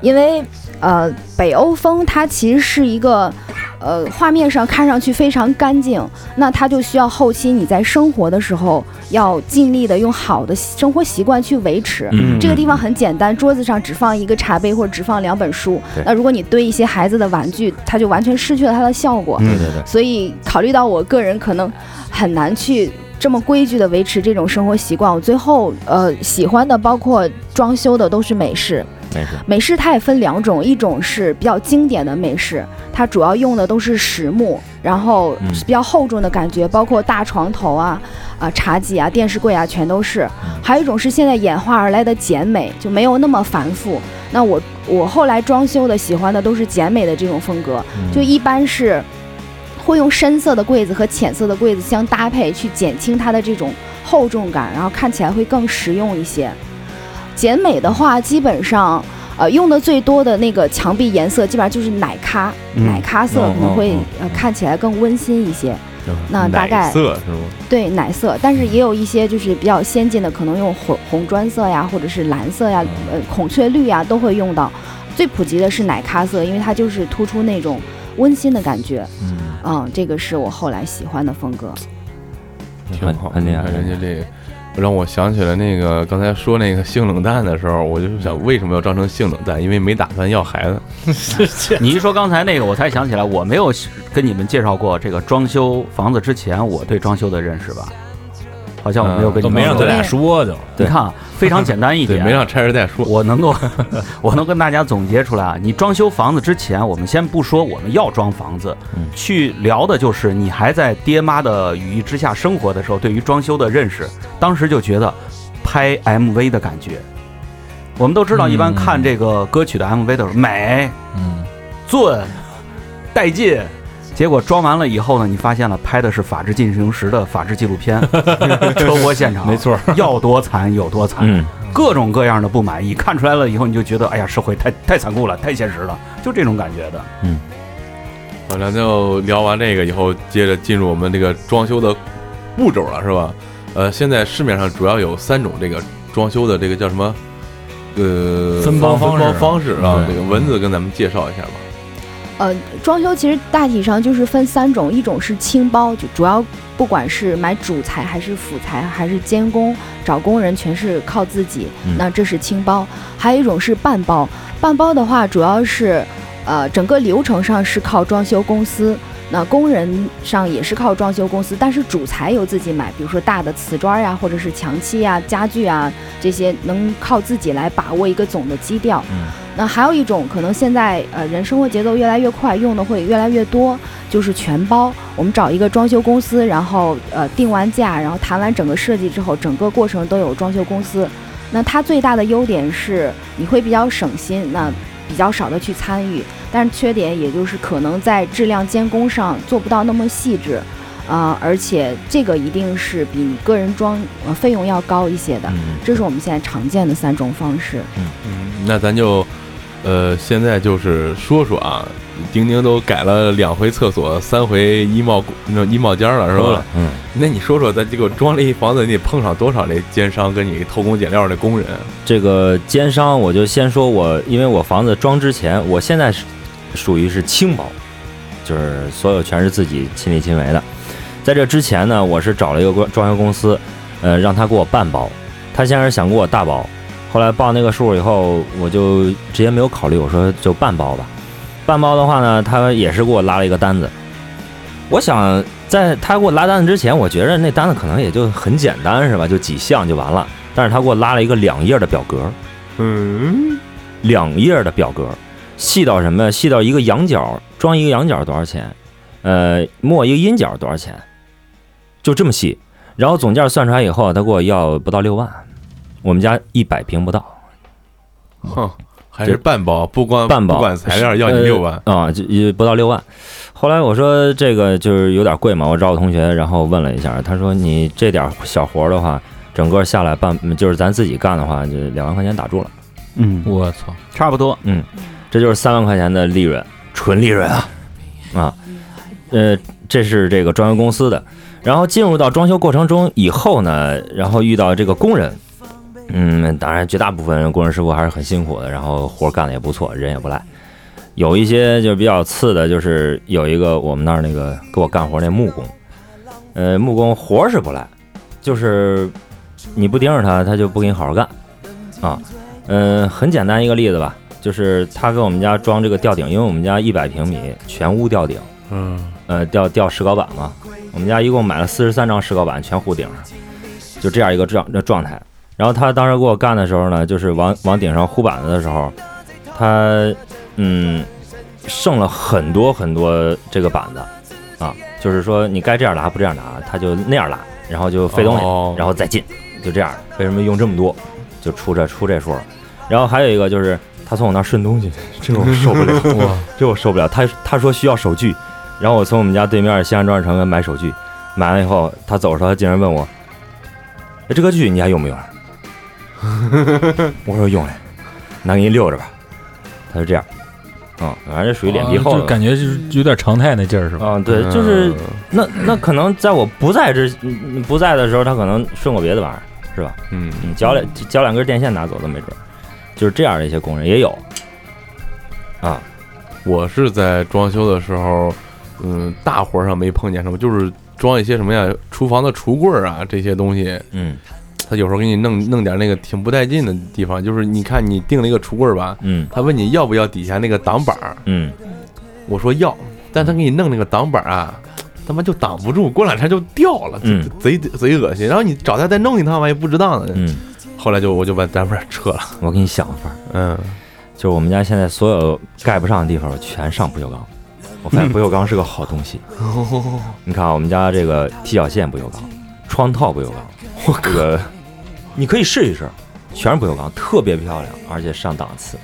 [SPEAKER 6] 因为呃北欧风它其实是一个。呃，画面上看上去非常干净，那它就需要后期你在生活的时候要尽力的用好的生活习惯去维持。
[SPEAKER 2] 嗯
[SPEAKER 6] 这个地方很简单，桌子上只放一个茶杯或者只放两本书
[SPEAKER 7] 对。
[SPEAKER 6] 那如果你堆一些孩子的玩具，它就完全失去了它的效果。
[SPEAKER 7] 对对对，
[SPEAKER 6] 所以考虑到我个人可能很难去这么规矩的维持这种生活习惯，我最后呃喜欢的包括装修的都是美式，
[SPEAKER 7] 没事。
[SPEAKER 6] 美式它也分两种，一种是比较经典的美式，它主要用的都是实木，然后呃
[SPEAKER 7] 嗯
[SPEAKER 6] 比较厚重的感觉，包括大床头啊、啊、茶几啊、电视柜啊，全都是。还有一种是现在演化而来的简美，就没有那么繁复。那我我后来装修的喜欢的都是简美的这种风格，
[SPEAKER 7] 嗯
[SPEAKER 6] 就一般是会用深色的柜子和浅色的柜子相搭配，去减轻它的这种厚重感，然后看起来会更实用一些。啊简美的话，基本上呃用的最多的那个墙壁颜色，基本上就是奶咖，
[SPEAKER 2] 嗯
[SPEAKER 6] 奶咖色
[SPEAKER 3] 哦
[SPEAKER 6] 可能会、
[SPEAKER 3] 哦哦
[SPEAKER 6] 呃看起来更温馨一些。那大概
[SPEAKER 3] 嗯奶色是吗？
[SPEAKER 6] 对奶色，但是也有一些就是比较先进的，可能用红红砖色呀，或者是蓝色
[SPEAKER 3] 嗯
[SPEAKER 6] 呀，呃，孔雀绿呀，都会用到。最普及的是奶咖色，因为它就是突出那种温馨的感觉。
[SPEAKER 7] 嗯，
[SPEAKER 6] 嗯，这个是我后来喜欢的风格。
[SPEAKER 3] 挺好，
[SPEAKER 7] 很很厉害
[SPEAKER 3] 你看人家这让我想起来那个刚才说那个性冷淡的时候，我就是想为什么要装成性冷淡？因为没打算要孩子。
[SPEAKER 2] 你一说刚才那个，我才想起来，我没有跟你们介绍过这个装修房子之前我对装修的认识吧？好像我没有跟你
[SPEAKER 4] 呃都
[SPEAKER 2] 们
[SPEAKER 4] 没让
[SPEAKER 2] 说
[SPEAKER 4] 咱俩说就，
[SPEAKER 2] 你看啊，非常简单一
[SPEAKER 3] 对，
[SPEAKER 2] 点，
[SPEAKER 3] 没让差人再说。
[SPEAKER 2] 我能够， 我能跟大家总结出来啊，你装修房子之前，我们先不说我们要装房子，
[SPEAKER 7] 嗯
[SPEAKER 2] 去聊的就是你还在爹妈的羽翼之下生活的时候，对于装修的认识，当时就觉得拍 MV 的感觉。我们都知道，一般看这个歌曲的 MV 的时候，美、
[SPEAKER 4] 嗯，
[SPEAKER 2] 俊、带劲。结果装完了以后呢，你发现了拍的是《法制进行时》的法制纪录片，车祸现场，
[SPEAKER 4] 没，错，
[SPEAKER 2] 要多惨有多惨。
[SPEAKER 7] 嗯，
[SPEAKER 2] 各种各样的不满意，看出来了以后，你就觉得，哎呀，社会太太残酷了，太现实了，就这种感觉的。
[SPEAKER 3] 好，咱就聊完这个以后，接着进入我们这个装修的步骤了，是吧？呃，现在市面上主要有三种这个装修的这个叫什么？呃，
[SPEAKER 4] 分包方
[SPEAKER 3] 方
[SPEAKER 4] 式
[SPEAKER 3] 方式啊，
[SPEAKER 4] 对
[SPEAKER 3] 这个蚊子跟咱们介绍一下吧。
[SPEAKER 6] 呃，装修其实大体上就是分三种，一种是轻包，就主要不管是买主材还是辅材还是监工，找工人全是靠自己，
[SPEAKER 7] 嗯
[SPEAKER 6] 那这是轻包；还有一种是半包，半包的话主要是，呃，整个流程上是靠装修公司。那工人上也是靠装修公司，但是主材由自己买，比如说大的瓷砖呀、或者是墙漆呀、家具啊这些，能靠自己来把握一个总的基调。那还有一种可能，现在呃人生活节奏越来越快，用的会越来越多，就是全包。我们找一个装修公司，然后呃定完价，然后谈完整个设计之后，整个过程都有装修公司。那它最大的优点是你会比较省心，那比较少的去参与，但是缺点也就是可能在质量监工上做不到那么细致。啊、而且这个一定是比你个人装呃费用要高一些的，
[SPEAKER 7] 嗯
[SPEAKER 6] 这是我们现在常见的三种方式。
[SPEAKER 3] 那咱就，呃，现在就是说说啊，丁丁都改了两回厕所，三回衣帽那衣帽间了，是吧？
[SPEAKER 7] 嗯，
[SPEAKER 3] 那你说说，咱这个装了一房子，你得碰上多少那奸商跟你偷工减料的工人？
[SPEAKER 7] 这个奸商，我就先说我，因为我房子装之前，我现在是属于是轻薄，就是所有全是自己亲力亲为的。在这之前呢，我是找了一个装装修公司，呃，让他给我半包，他先是想给我大包，后来报那个数以后，我就直接没有考虑，我说就半包吧。半包的话呢，他也是给我拉了一个单子。我想在他给我拉单子之前，我觉着那单子可能也就很简单，是吧？就几项就完了。但是他给我拉了一个两页的表格，
[SPEAKER 3] 嗯，
[SPEAKER 7] 两页的表格，细到什么呀？细到一个羊角装一个羊角多少钱？呃，抹一个阴角多少钱？就这么细。然后总价算出来以后，他给我要不到六万，我们家一百平不到，
[SPEAKER 3] 哼，还是半包，不光
[SPEAKER 7] 半包
[SPEAKER 3] 哦不管材料要你六万。
[SPEAKER 7] 呃啊，就也不到六万。后来我说这个就是有点贵嘛，我找我同学，然后问了一下，他说你这点小活的话，整个下来办就是咱自己干的话，就两万块钱打住了。
[SPEAKER 2] 嗯，
[SPEAKER 4] 我操，
[SPEAKER 2] 差不多。
[SPEAKER 7] 这就是三万块钱的利润，纯利润啊啊，呃，这是这个装修公司的。然后进入到装修过程中以后呢，然后遇到这个工人，嗯，当然绝大部分工人师傅还是很辛苦的，然后活儿干的也不错，人也不赖。有一些就是比较次的，就是有一个我们那儿那个给我干活那木工，呃，木工活儿是不赖，就是你不盯着他，他就不给你好好干啊。嗯，很简单一个例子吧，就是他给我们家装这个吊顶，因为我们家一百平米全屋吊顶，
[SPEAKER 3] 嗯，
[SPEAKER 7] 呃，吊吊石膏板嘛，我们家一共买了四十三张石膏板，全糊顶上，就这样一个状这状态。然后他当时给我干的时候呢，就是往往顶上糊板子的时候，他嗯剩了很多很多这个板子啊，就是说你该这样拉不这样拉，他就那样拉，然后就费东西，
[SPEAKER 3] 哦
[SPEAKER 7] 然后再进，就这样。为什么用这么多？就出这出这数了。然后还有一个就是他从我那儿顺东西，这我受不了。
[SPEAKER 4] 哇，
[SPEAKER 7] 这我受不了。他他说需要手锯，然后我从我们家对面西安装饰城买手锯，买完以后他走的时候，他竟然问我：“哎，这个锯你还用不用啊？”我说用嘞，那给你留着吧。他就这样，嗯，反正属于脸皮厚
[SPEAKER 4] 啊
[SPEAKER 7] 了
[SPEAKER 4] 就。感觉就是有点常态那劲儿是吧？
[SPEAKER 7] 嗯，对，就是那那可能在我不在之嗯不在的时候，他可能顺过别的玩意儿，是吧？
[SPEAKER 3] 嗯，
[SPEAKER 7] 嗯，绞两绞两根电线拿走都没准儿，就是这样的一些工人也有。
[SPEAKER 3] 我是在装修的时候，嗯，大活儿上没碰见什么，就是装一些什么呀，厨房的橱柜儿啊这些东西，
[SPEAKER 7] 嗯
[SPEAKER 3] 他有时候给你弄弄点那个挺不带劲的地方，就是你看你定了一个橱柜儿吧，
[SPEAKER 7] 嗯
[SPEAKER 3] 他问你要不要底下那个挡板儿，
[SPEAKER 7] 嗯，
[SPEAKER 3] 我说要，但他给你弄那个挡板儿啊。他妈就挡不住，过两天就掉了，
[SPEAKER 7] 嗯
[SPEAKER 3] 贼贼恶心。然后你找他再弄一趟吧，也不值当的。
[SPEAKER 7] 嗯，
[SPEAKER 3] 后来就我就把咱们撤 了。
[SPEAKER 7] 我给你想个法儿。
[SPEAKER 3] 嗯，
[SPEAKER 7] 就是我们家现在所有盖不上的地方，我全上不锈钢。我发现不锈钢是个好东西。 你看啊，我们家这个踢脚线不锈钢，窗套不锈钢， 我这个你可以试一试，全是不锈钢，特别漂亮，而且上档次，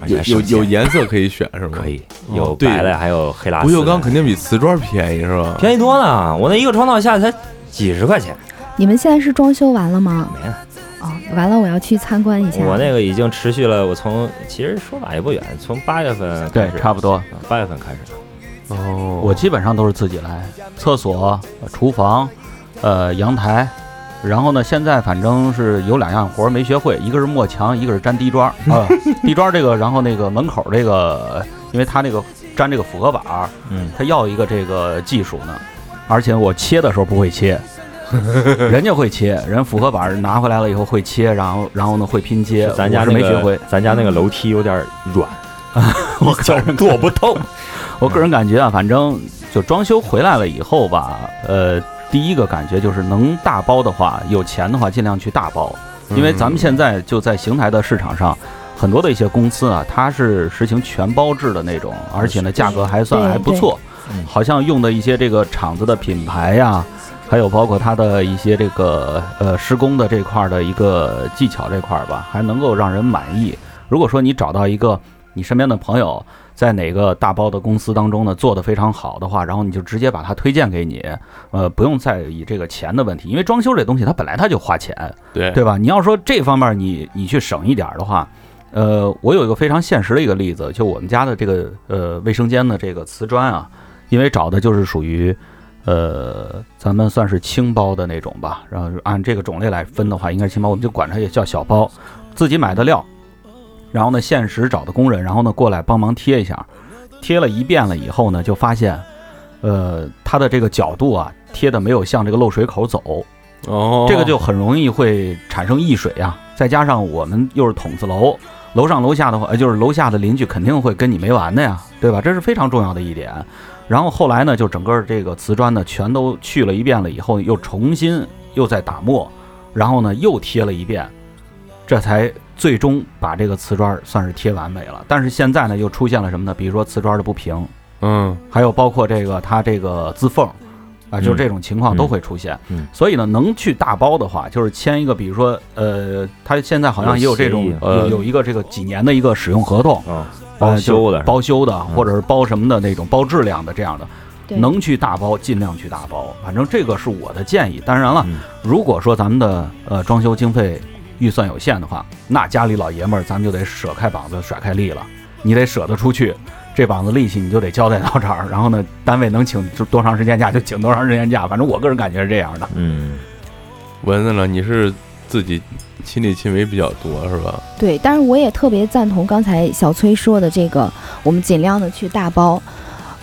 [SPEAKER 7] 而且
[SPEAKER 3] 有
[SPEAKER 7] 还
[SPEAKER 3] 有
[SPEAKER 7] 省钱
[SPEAKER 3] 有颜色可以选是吗？
[SPEAKER 7] 可以
[SPEAKER 3] 哦
[SPEAKER 7] 有
[SPEAKER 3] 对
[SPEAKER 7] 白的，还有黑拉丝
[SPEAKER 3] 不
[SPEAKER 7] 的。
[SPEAKER 3] 锈钢肯定比瓷砖便宜是吧？
[SPEAKER 7] 便宜多了，我那一个窗套下去才几十块钱，
[SPEAKER 6] 你们现在是装修完了吗？
[SPEAKER 7] 没了。
[SPEAKER 6] 哦，完了，我要去参观一下。
[SPEAKER 7] 我那个已经持续了，我从其实说法也不远，从八月份开
[SPEAKER 2] 对
[SPEAKER 7] 始，，
[SPEAKER 2] 差不多。
[SPEAKER 7] 八月份开始。
[SPEAKER 3] 哦，
[SPEAKER 2] 我基本上都是自己来，厕所、呃厨房、呃阳台。然后呢，现在反正是有两样活儿没学会，一个是抹墙，一个是粘地砖儿 啊。地砖儿这个，然后那个门口这个，因为它那个粘这个复合板儿，
[SPEAKER 7] 嗯，
[SPEAKER 2] 它要一个这个技术呢。而且我切的时候不会 切，人家会切，人复合板儿拿回来了以后会切，然后然后呢会拼接，
[SPEAKER 7] 咱家
[SPEAKER 2] 我是
[SPEAKER 7] 那
[SPEAKER 2] 没
[SPEAKER 7] 个
[SPEAKER 2] 学会。
[SPEAKER 7] 咱家那个楼梯有点软，
[SPEAKER 2] 我个人
[SPEAKER 7] 做不透。
[SPEAKER 2] 我个人感觉啊，反正就装修回来了以后吧，呃，第一个感觉就是能大包的话，有钱的话尽量去大包，因为
[SPEAKER 7] 嗯
[SPEAKER 2] 咱们现在就在邢台的市场上。很多的一些公司啊，它是实行全包制的那种，而且呢，价格还算还不错
[SPEAKER 7] 对嗯。
[SPEAKER 2] 好像用的一些这个厂子的品牌呀、还有包括它的一些这个呃施工的这块儿的一个技巧这块儿吧，还能够让人满意。如果说你找到一个你身边的朋友，在哪个大包的公司当中呢做得非常好的话，然后你就直接把它推荐给你，呃，不用在意这个钱的问题，因为装修这东西它本来它就花钱，
[SPEAKER 3] 对
[SPEAKER 2] 对吧？你要说这方面你你去省一点儿的话，呃，我有一个非常现实的一个例子，就我们家的这个呃卫生间的这个瓷砖啊，因为找的就是属于。呃，咱们算是轻包的那种吧，然后按这个种类来分的话，应该是轻包，我们就管它也叫小包。自己买的料，然后呢，限时找的工人，然后呢过来帮忙贴一下，贴了一遍了以后呢，就发现，呃，它的这个角度啊，贴的没有向这个漏水口走，
[SPEAKER 3] 哦，
[SPEAKER 2] 这个就很容易会产生溢水啊。再加上我们又是筒子楼，楼上楼下的话，呃就是楼下的邻居肯定会跟你没完的呀，对吧？这是非常重要的一点。然后后来呢，就整个这个瓷砖呢全都去了一遍了以后，又重新又再打磨，然后呢又贴了一遍，这才最终把这个瓷砖算是贴完美了。但是现在呢，又出现了什么呢？比如说瓷砖的不平，
[SPEAKER 3] 嗯
[SPEAKER 2] 还有包括这个它这个自缝，啊，就是这种情况都会出现。
[SPEAKER 7] 嗯嗯
[SPEAKER 2] 所以呢，能去大包的话，就是签一个，比如说，呃，它现在好像也有这种
[SPEAKER 7] 有协议
[SPEAKER 2] 呃
[SPEAKER 3] 呃
[SPEAKER 2] 有一个这个几年的一个使用合同，
[SPEAKER 7] 啊，
[SPEAKER 2] 呃
[SPEAKER 7] 包修
[SPEAKER 2] 就是是
[SPEAKER 7] 的吧
[SPEAKER 2] 包修的，
[SPEAKER 7] 嗯
[SPEAKER 2] 或者是包什么的那种包质量的这样的，
[SPEAKER 6] 对
[SPEAKER 2] 能去大包尽量去大包。反正这个是我的建议。当然了
[SPEAKER 7] 嗯，
[SPEAKER 2] 如果说咱们的呃装修经费预算有限的话，那家里老爷们儿咱们就得舍开膀子甩开力了，你得舍得出去。这膀子力气你就得交代到这儿，然后呢，单位能请多长时间假就请多长时间 假，反正我个人感觉是这样的。
[SPEAKER 7] 嗯，
[SPEAKER 3] 蚊子呢？你是自己亲力亲为比较多是吧？
[SPEAKER 6] 对，但是我也特别赞同刚才小崔说的这个，我们尽量的去大包。
[SPEAKER 2] 嗯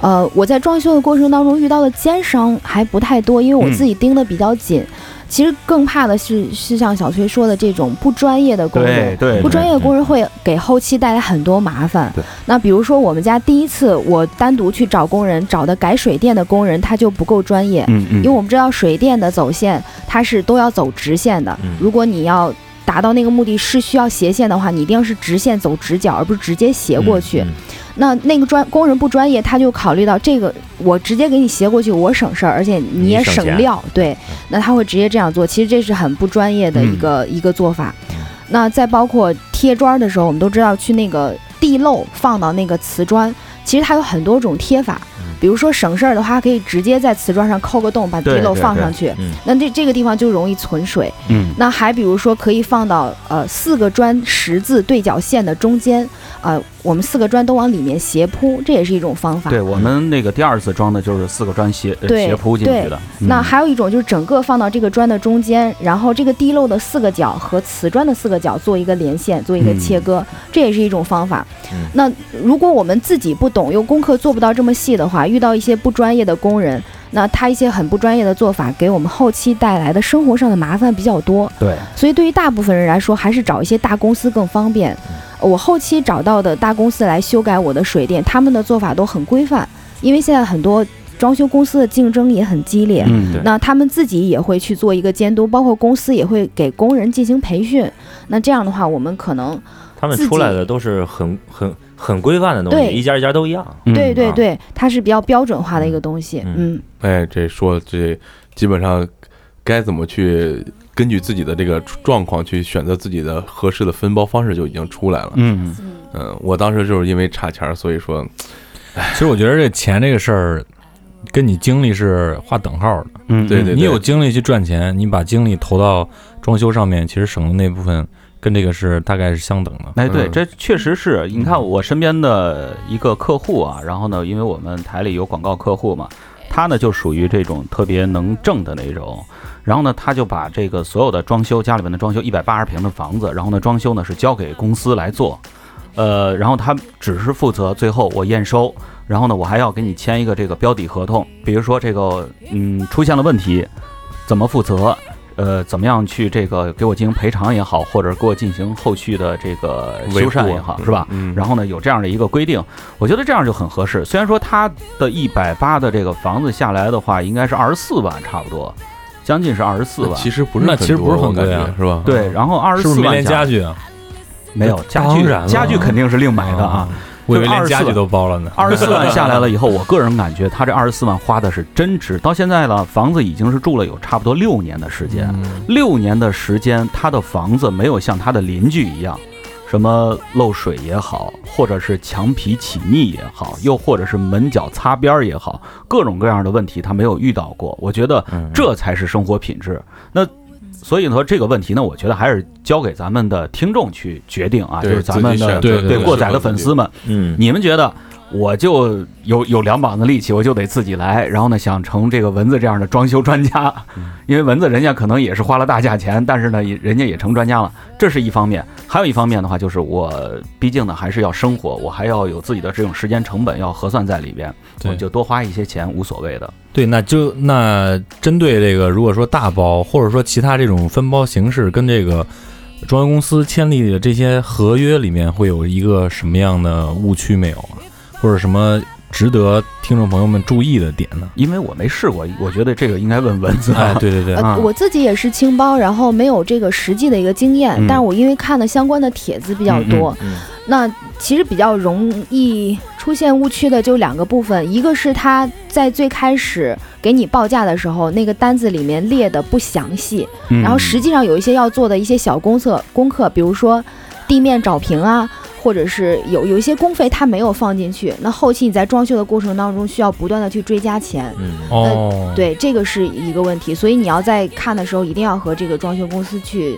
[SPEAKER 6] 呃，我在装修的过程当中遇到的奸商还不太多，因为我自己盯得比较紧。其实更怕的是是像小崔说的这种不专业的工人，
[SPEAKER 2] 对对，
[SPEAKER 6] 不专业的
[SPEAKER 2] 对
[SPEAKER 6] 工人会给后期带来很多麻烦
[SPEAKER 3] 对。
[SPEAKER 6] 那比如说我们家第一次我单独去找工人，找的改水电的工人，他就不够专业，
[SPEAKER 2] 嗯嗯，
[SPEAKER 6] 因为我们知道水电的走线它是都要走直线的
[SPEAKER 7] 嗯，
[SPEAKER 6] 如果你要。达到那个目的是需要斜线的话，你一定要是直线走直角，而不是直接斜过去。
[SPEAKER 7] 嗯
[SPEAKER 6] 那那个专工人不专业，他就考虑到这个，我直接给你斜过去，我省事儿，而且你也
[SPEAKER 7] 你省
[SPEAKER 6] 省
[SPEAKER 7] 钱
[SPEAKER 6] 料，对，那他会直接这样做，其实这是很不专业的一个、一个做法。那再包括贴砖的时候，我们都知道去那个地漏放到那个瓷砖，其实它有很多种贴法
[SPEAKER 7] 嗯，
[SPEAKER 6] 比如说省事儿的话，可以直接在瓷砖上抠个洞，把地
[SPEAKER 2] 对
[SPEAKER 6] 漏
[SPEAKER 2] 对
[SPEAKER 6] 放
[SPEAKER 2] 对
[SPEAKER 6] 上去
[SPEAKER 7] 嗯，
[SPEAKER 6] 那这这个地方就容易存水。
[SPEAKER 2] 嗯
[SPEAKER 6] 那还比如说，可以放到呃四个砖十字对角线的中间，呃，我们四个砖都往里面斜铺，这也是一种方法。
[SPEAKER 2] 对我们那个第二次装的就是四个砖斜呃
[SPEAKER 6] 对
[SPEAKER 2] 斜铺进去的，
[SPEAKER 6] 那还有一种就是整个放到这个砖的中间，然后这个地漏的四个角和瓷砖的四个角做一个连线，做一个切割，这也是一种方法。
[SPEAKER 7] 嗯
[SPEAKER 6] 那如果我们自己不懂，又功课做不到这么细的话，遇到一些不专业的工人，那他一些很不专业的做法，给我们后期带来的生活上的麻烦比较多。
[SPEAKER 2] 对，
[SPEAKER 6] 所以对于大部分人来说，还是找一些大公司更方便。
[SPEAKER 2] 嗯
[SPEAKER 6] 我后期找到的大公司来修改我的水电，他们的做法都很规范，因为现在很多装修公司的竞争也很激烈。
[SPEAKER 2] 嗯
[SPEAKER 7] 对
[SPEAKER 6] 那他们自己也会去做一个监督，包括公司也会给工人进行培训。那这样的话，我们可能
[SPEAKER 7] 他们
[SPEAKER 6] 自
[SPEAKER 7] 出来
[SPEAKER 6] 己
[SPEAKER 7] 的都是很很很规范的东
[SPEAKER 6] 对
[SPEAKER 7] 西，一家一家都一样。
[SPEAKER 2] 嗯
[SPEAKER 6] 对对
[SPEAKER 7] 啊
[SPEAKER 6] 对，它是比较标准化的一个东西。
[SPEAKER 7] 嗯
[SPEAKER 6] 嗯，
[SPEAKER 3] 哎，这说这基本上该怎么去根据自己的这个状况去选择自己的合适的分包方式就已经出来了。
[SPEAKER 2] 嗯
[SPEAKER 3] 嗯，我当时就是因为差钱儿，所以说
[SPEAKER 4] 其实我觉得这钱这个事儿，跟你精力是划等号的。
[SPEAKER 2] 嗯，
[SPEAKER 3] 对对
[SPEAKER 4] 你有精力去赚钱，你把精力投到装修上面，其实省的那部分跟这个是大概是相等的。
[SPEAKER 2] 哎，对，
[SPEAKER 3] 嗯
[SPEAKER 2] 这确实是你看我身边的一个客户啊，然后呢，因为我们台里有广告客户嘛，他呢就属于这种特别能挣的那种，然后呢，他就把这个所有的装修家里面的装修一百八十平的房子，然后呢，装修呢是交给公司来做，呃，然后他只是负责最后我验收，然后呢，我还要给你签一个这个标底合同，比如说这个嗯出现了问题，怎么负责，呃，怎么样去这个给我进行赔偿也好，或者给我进行后续的这个
[SPEAKER 3] 维
[SPEAKER 2] 修
[SPEAKER 3] 护
[SPEAKER 2] 缮也好，是吧？
[SPEAKER 3] 嗯，
[SPEAKER 2] 然后呢，有这样的一个规定，我觉得这样就很合适。虽然说他的一百八的这个房子下来的话，应该是二十四万差不多，将近是二十四
[SPEAKER 3] 那
[SPEAKER 2] 万。
[SPEAKER 3] 其实不是
[SPEAKER 4] 那
[SPEAKER 3] 很多，
[SPEAKER 4] 其实不是很
[SPEAKER 3] 我感
[SPEAKER 4] 贵
[SPEAKER 3] 觉
[SPEAKER 4] 啊
[SPEAKER 3] 是吧？
[SPEAKER 2] 对，然后二十
[SPEAKER 4] 是不
[SPEAKER 2] 四
[SPEAKER 4] 是没
[SPEAKER 2] 万
[SPEAKER 4] 连
[SPEAKER 2] 下
[SPEAKER 4] 家具啊？
[SPEAKER 2] 没有家具
[SPEAKER 4] 当然，了
[SPEAKER 2] 家具肯定是另买的啊。
[SPEAKER 4] 我以为
[SPEAKER 2] 就
[SPEAKER 4] 连
[SPEAKER 2] 24
[SPEAKER 4] 家具都包了呢。
[SPEAKER 2] 二十四万下来了以后，我个人感觉他这二十四万花的是真值。到现在了，房子已经是住了有差不多六年的时间，
[SPEAKER 4] 嗯
[SPEAKER 2] 六年的时间，他的房子没有像他的邻居一样，什么漏水也好，或者是墙皮起腻也好，又或者是门角擦边儿也好，各种各样的问题他没有遇到过。我觉得这才是生活品质。那所以呢，这个问题呢，我觉得还是交给咱们的听众去决定啊，就
[SPEAKER 3] 对
[SPEAKER 2] 是咱们
[SPEAKER 3] 自己选
[SPEAKER 2] 的
[SPEAKER 3] 择
[SPEAKER 4] 对对
[SPEAKER 2] 对过载的粉丝们。
[SPEAKER 7] 嗯，
[SPEAKER 2] 你们觉得我就有有两膀子力气，我就得自己来，然后呢，想成这个蚊子这样的装修专家，因为蚊子人家可能也是花了大价钱，但是呢，也人家也成专家了，这是一方面。还有一方面的话，就是我毕竟呢还是要生活，我还要有自己的这种时间成本要核算在里边，我
[SPEAKER 4] 对
[SPEAKER 2] 就多花一些钱无所谓的。
[SPEAKER 4] 对，那就那针对这个，如果说大包或者说其他这种分包形式跟这个装修公司签立的这些合约里面，会有一个什么样的误区没有啊？或者什么值得听众朋友们注意的点呢？
[SPEAKER 2] 因为我没试过，我觉得这个应该问蚊子。
[SPEAKER 4] 哎，对对对，
[SPEAKER 2] 啊
[SPEAKER 6] 呃，我自己也是清包，然后没有这个实际的一个经验，
[SPEAKER 2] 嗯
[SPEAKER 6] 但是我因为看的相关的帖子比较多，
[SPEAKER 7] 嗯嗯嗯
[SPEAKER 6] 那其实比较容易出现误区的就两个部分，一个是他在最开始给你报价的时候，那个单子里面列的不详细，
[SPEAKER 7] 嗯
[SPEAKER 6] 然后实际上有一些要做的一些小公测功课，比如说地面找平啊，或者是有有一些工费他没有放进去，那后期你在装修的过程当中需要不断的去追加钱。
[SPEAKER 7] 嗯
[SPEAKER 4] 哦，，
[SPEAKER 6] 呃对，这个是一个问题，所以你要在看的时候一定要和这个装修公司去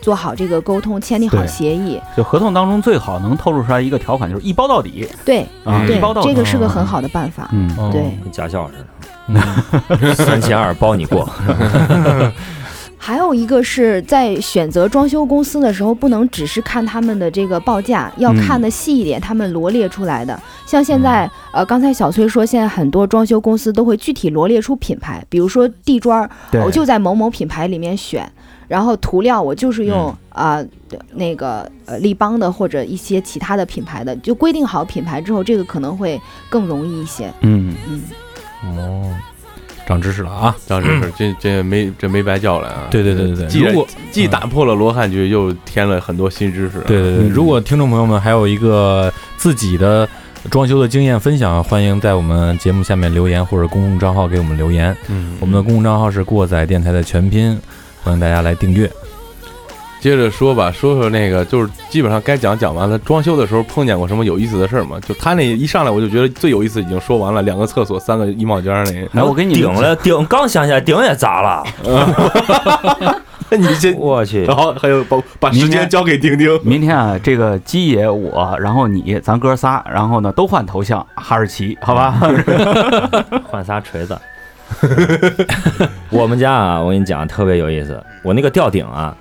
[SPEAKER 6] 做好这个沟通，签订好
[SPEAKER 2] 对
[SPEAKER 6] 协议。
[SPEAKER 2] 就合同当中最好能透露出来一个条款，就是一包到底
[SPEAKER 6] 对
[SPEAKER 2] 啊，
[SPEAKER 3] 嗯
[SPEAKER 2] 一
[SPEAKER 6] 对
[SPEAKER 2] 包到，底。
[SPEAKER 6] 这个是个很好的办法。
[SPEAKER 2] 嗯，
[SPEAKER 4] 哦、
[SPEAKER 6] 对，
[SPEAKER 7] 跟驾校似的，
[SPEAKER 4] 嗯
[SPEAKER 7] 三千二包你过。
[SPEAKER 6] 还有一个是在选择装修公司的时候，不能只是看他们的这个报价，要
[SPEAKER 4] 嗯
[SPEAKER 6] 看的细一点，他们罗列出来的。像现在，呃，刚才小崔说，现在很多装修公司都会具体罗列出品牌，比如说地砖儿，
[SPEAKER 2] 对
[SPEAKER 6] 我就在某某品牌里面选，然后涂料我就是用啊、呃那个呃立邦的或者一些其他的品牌的，就规定好品牌之后，这个可能会更容易一些。
[SPEAKER 2] 嗯，
[SPEAKER 6] 嗯，
[SPEAKER 4] 哦，长知识了啊！
[SPEAKER 3] 当时是这这没这没白叫来啊！
[SPEAKER 4] 对对对对对
[SPEAKER 3] 既然
[SPEAKER 4] 如果嗯
[SPEAKER 3] 既打破了罗汉局，又添了很多新知识。
[SPEAKER 4] 对对对，如果听众朋友们还有一个自己的装修的经验分享，欢迎在我们节目下面留言或者公共账号给我们留言。
[SPEAKER 3] 嗯，
[SPEAKER 4] 我们的公众账号是“过载电台”的全拼，欢迎大家来订阅。
[SPEAKER 3] 接着说吧，说说那个，就是基本上该讲讲完了。装修的时候碰见过什么有意思的事儿吗？就他那一上来我就觉得最有意思已经说完了，两个厕所，三个衣帽间儿那。
[SPEAKER 2] 来，哎我给你
[SPEAKER 7] 顶
[SPEAKER 2] 们
[SPEAKER 7] 了顶，刚想起来顶也 砸了，
[SPEAKER 3] 那你这，
[SPEAKER 7] 我 去
[SPEAKER 3] 然！后还有把把时间交给丁丁，
[SPEAKER 2] 明天啊，这个鸡爷我，然后你，咱哥仨，然后呢都换头像哈士奇，好 吧？
[SPEAKER 7] 换仨锤子。 我们家啊，我跟你讲，特别有意思。我那个吊顶啊，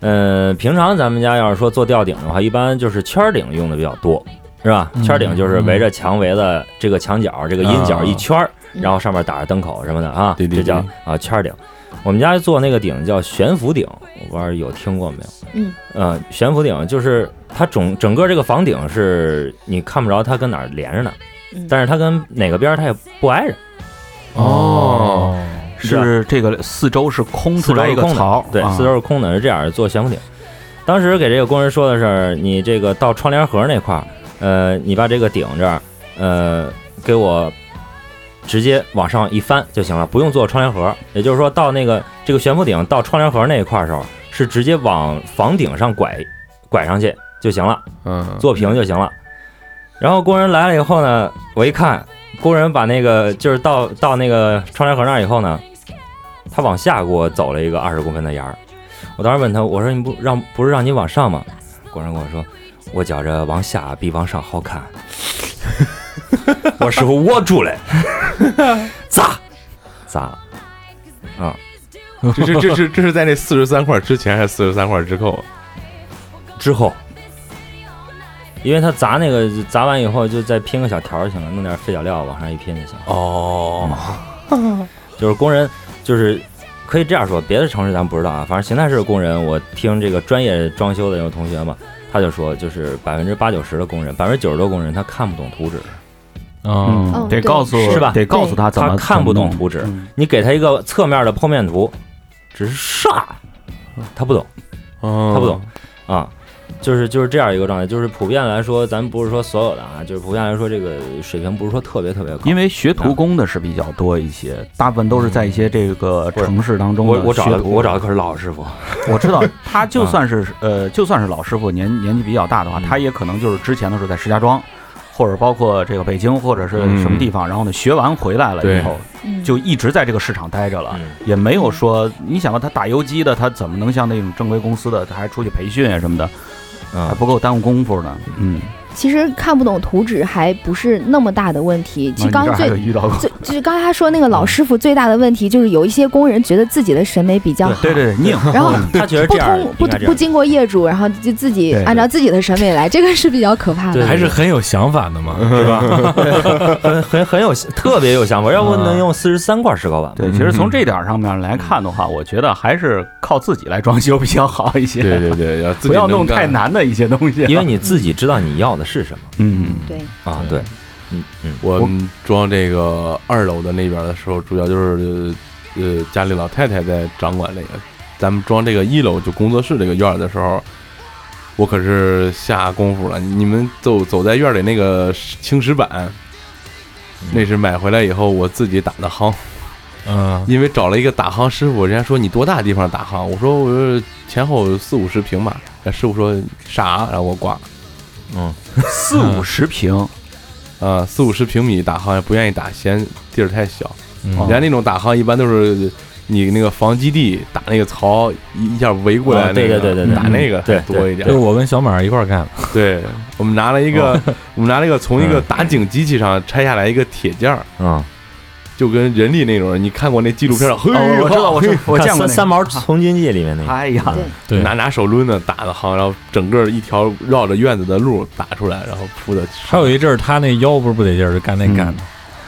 [SPEAKER 7] 呃，平常咱们家要是说做吊顶的话，一般就是圈儿顶用的比较多，是吧？圈儿顶
[SPEAKER 3] 嗯
[SPEAKER 7] 就是围着墙围了这个墙角、这个阴角一圈儿，
[SPEAKER 6] 嗯
[SPEAKER 7] 然后上面打着灯口什么的啊，
[SPEAKER 3] 啊对对
[SPEAKER 7] 这叫
[SPEAKER 3] 对
[SPEAKER 7] 啊圈儿顶。我们家做那个顶叫悬浮顶，我不知道有听过没有？
[SPEAKER 6] 嗯，
[SPEAKER 7] 呃，悬浮顶就是它整整个这个房顶是你看不着它跟哪儿连着呢，
[SPEAKER 6] 嗯
[SPEAKER 7] 但是它跟哪个边儿它也不挨着。
[SPEAKER 3] 哦，
[SPEAKER 2] 是这个四周是空出来一个槽，
[SPEAKER 7] 对，
[SPEAKER 2] 啊
[SPEAKER 7] 四周是空的，是这样做悬浮顶。当时给这个工人说的是，你这个到窗帘盒那块儿，呃，你把这个顶这儿，呃，给我直接往上一翻就行了，不用做窗帘盒。也就是说，到那个这个悬浮顶到窗帘盒那一块儿的时候，是直接往房顶上拐拐上去就行了。
[SPEAKER 3] 嗯，
[SPEAKER 7] 做平就行了。然后工人来了以后呢，我一看，工人把那个就是到到那个窗帘盒那儿以后呢，他往下给我走了一个二十公分的沿儿。我当时问他，我说你不让不是让你往上吗？工人跟我说，我觉着往下比往上好看。我师傅，我住 嘞，砸砸了，
[SPEAKER 3] 这这这是这是在那四十三块之前还是四十三块之后？
[SPEAKER 7] 之后，因为他砸那个砸完以后，就再拼个小条儿就行了，弄点废脚料往上一拼就行了。
[SPEAKER 3] 哦，
[SPEAKER 7] 就是工人，就是可以这样说，别的城市咱不知道啊，反正邢台市的工人，我听这个专业装修的有同学嘛，他就说，就是百分之八九十的工人，百分之九十多工人他看不懂图纸，
[SPEAKER 4] 嗯，
[SPEAKER 2] 嗯，
[SPEAKER 6] 哦
[SPEAKER 2] 得
[SPEAKER 6] 对
[SPEAKER 2] 告诉
[SPEAKER 7] 是吧
[SPEAKER 2] 得告诉他怎
[SPEAKER 7] 他
[SPEAKER 2] 么
[SPEAKER 7] 看不懂
[SPEAKER 2] 怎么弄
[SPEAKER 7] 图纸，
[SPEAKER 2] 嗯
[SPEAKER 7] 你给他一个侧面的剖面图，只是煞，他不懂。
[SPEAKER 3] 他
[SPEAKER 7] 他不懂，啊，就是就是这样一个状态，就是普遍来说，咱不是说所有的啊，就是普遍来说，这个水平不是说特别特别高。
[SPEAKER 2] 因为学徒工的是比较多一些，大部分都是在一些这个城市当中的
[SPEAKER 7] 我我找
[SPEAKER 2] 学
[SPEAKER 7] 的
[SPEAKER 2] 徒
[SPEAKER 7] 我找的可是老师傅，
[SPEAKER 2] 我知道，他就算是
[SPEAKER 3] 啊
[SPEAKER 2] 呃，就算是老师傅年年纪比较大的话，
[SPEAKER 3] 嗯
[SPEAKER 2] 他也可能就是之前的时候在石家庄，或者包括这个北京或者是
[SPEAKER 3] 嗯
[SPEAKER 2] 什么地方，然后呢学完回来了以后，
[SPEAKER 6] 嗯
[SPEAKER 2] 就一直在这个市场待着
[SPEAKER 3] 嗯
[SPEAKER 2] 了，也没有说你想吧，他打游击的，他怎么能像那种正规公司的，他还出去培训啊什么的，还
[SPEAKER 7] 啊，
[SPEAKER 2] 不够耽误功夫呢。嗯，
[SPEAKER 6] 其实看不懂图纸还不是那么大的问题。其
[SPEAKER 2] 啊
[SPEAKER 6] 实
[SPEAKER 2] 你
[SPEAKER 6] 刚
[SPEAKER 2] 这还
[SPEAKER 6] 最
[SPEAKER 2] 有遇到过。
[SPEAKER 6] 最就是刚才他说那个老师傅最大的问题，就是有一些工人觉得自己的审美比较好，
[SPEAKER 2] 对对对，拧，
[SPEAKER 6] 然后
[SPEAKER 7] 他觉得
[SPEAKER 6] 不
[SPEAKER 7] 这样
[SPEAKER 6] 通不
[SPEAKER 7] 应该这
[SPEAKER 6] 不
[SPEAKER 7] 样，
[SPEAKER 6] 经过业主，然后就自己
[SPEAKER 2] 对
[SPEAKER 6] 按照自己的审美来，这个是比较可怕
[SPEAKER 7] 对
[SPEAKER 6] 的。
[SPEAKER 4] 还是很有想法的嘛，对吧？
[SPEAKER 7] 很呃很很有特别有想法，要不能用四十三块石膏板 吗？
[SPEAKER 2] 对，其
[SPEAKER 3] 嗯
[SPEAKER 2] 实从这点上面来看的话，我觉得还是靠自己来装修比较好一些，
[SPEAKER 3] 对对 对，要自己
[SPEAKER 2] 不要
[SPEAKER 3] 能
[SPEAKER 2] 弄太
[SPEAKER 3] 干。
[SPEAKER 2] 难的一些东西啊。
[SPEAKER 7] 因为你自己知道你要的是什么
[SPEAKER 2] 嗯，
[SPEAKER 6] 对，
[SPEAKER 7] 啊，对，嗯嗯，
[SPEAKER 3] 我们装这个二楼的那边的时候，主要就是呃家里老太太在掌管这个。咱们装这个一楼就工作室这个院儿的时候，我可是下功夫了。你们走走在院儿里那个青石板，那是买回来以后我自己打的夯，
[SPEAKER 4] 嗯，
[SPEAKER 3] 因为找了一个打夯师傅，人家说你多大地方打夯？我说我说前后四五十平吧。那师傅说啥？然后我挂了。
[SPEAKER 2] 四五十平，
[SPEAKER 3] 啊，四五十平米打夯不愿意打，嫌地儿太小。
[SPEAKER 4] 嗯
[SPEAKER 3] 人家那种打夯一般都是你那个防基地打那个槽一一下围过来
[SPEAKER 7] 哦
[SPEAKER 3] 那个，
[SPEAKER 7] 对对对对对
[SPEAKER 3] 打那个
[SPEAKER 7] 对哦
[SPEAKER 3] 还多一点
[SPEAKER 4] 就是。我跟小马一块儿干的，
[SPEAKER 3] 对，我
[SPEAKER 7] 嗯
[SPEAKER 3] 们拿了一个，我们拿了一个从一个打井机器上拆下来一个铁件儿，
[SPEAKER 7] 啊，
[SPEAKER 3] 就跟人力那种人，你看过那纪录 片儿？嘿，
[SPEAKER 2] 哦我知道，我知道，我见过那个
[SPEAKER 7] 三三毛从军记里面那个，
[SPEAKER 2] 哎呀，
[SPEAKER 4] 对
[SPEAKER 3] 拿拿手抡的打的夯，然后整个一条绕着院子的路打出来，然后铺的。
[SPEAKER 4] 还有一阵儿他那腰不是不得劲儿，就干那哎
[SPEAKER 2] 嗯
[SPEAKER 4] 干的，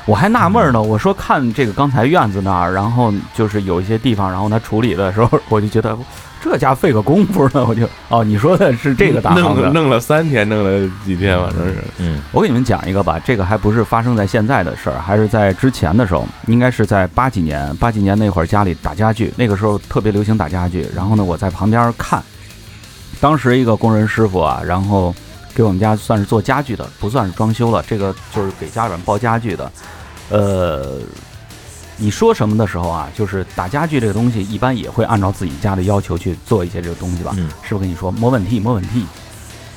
[SPEAKER 2] 我还纳闷儿呢，我说看这个刚才院子那儿，然后就是有一些地方，然后他处理的时候，我就觉得这家费个功夫呢，我就哦，你说的是这个打
[SPEAKER 3] 弄
[SPEAKER 2] 夯
[SPEAKER 3] 了
[SPEAKER 2] 的。
[SPEAKER 3] 弄了三天，弄了几天，反正是
[SPEAKER 7] 嗯，
[SPEAKER 2] 我给你们讲一个吧，这个还不是发生在现在的事儿，还是在之前的时候，应该是在八几年，八几年那会儿家里打家具，那个时候特别流行打家具，然后呢，我在旁边看，当时一个工人师傅啊，然后给我们家算是做家具的，不算是装修了，这个就是给家里面包家具的。呃，你说什么的时候啊，就是打家具这个东西，一般也会按照自己家的要求去做一些这个东西吧？
[SPEAKER 7] 嗯
[SPEAKER 2] 是不是跟你说没问题，没问题？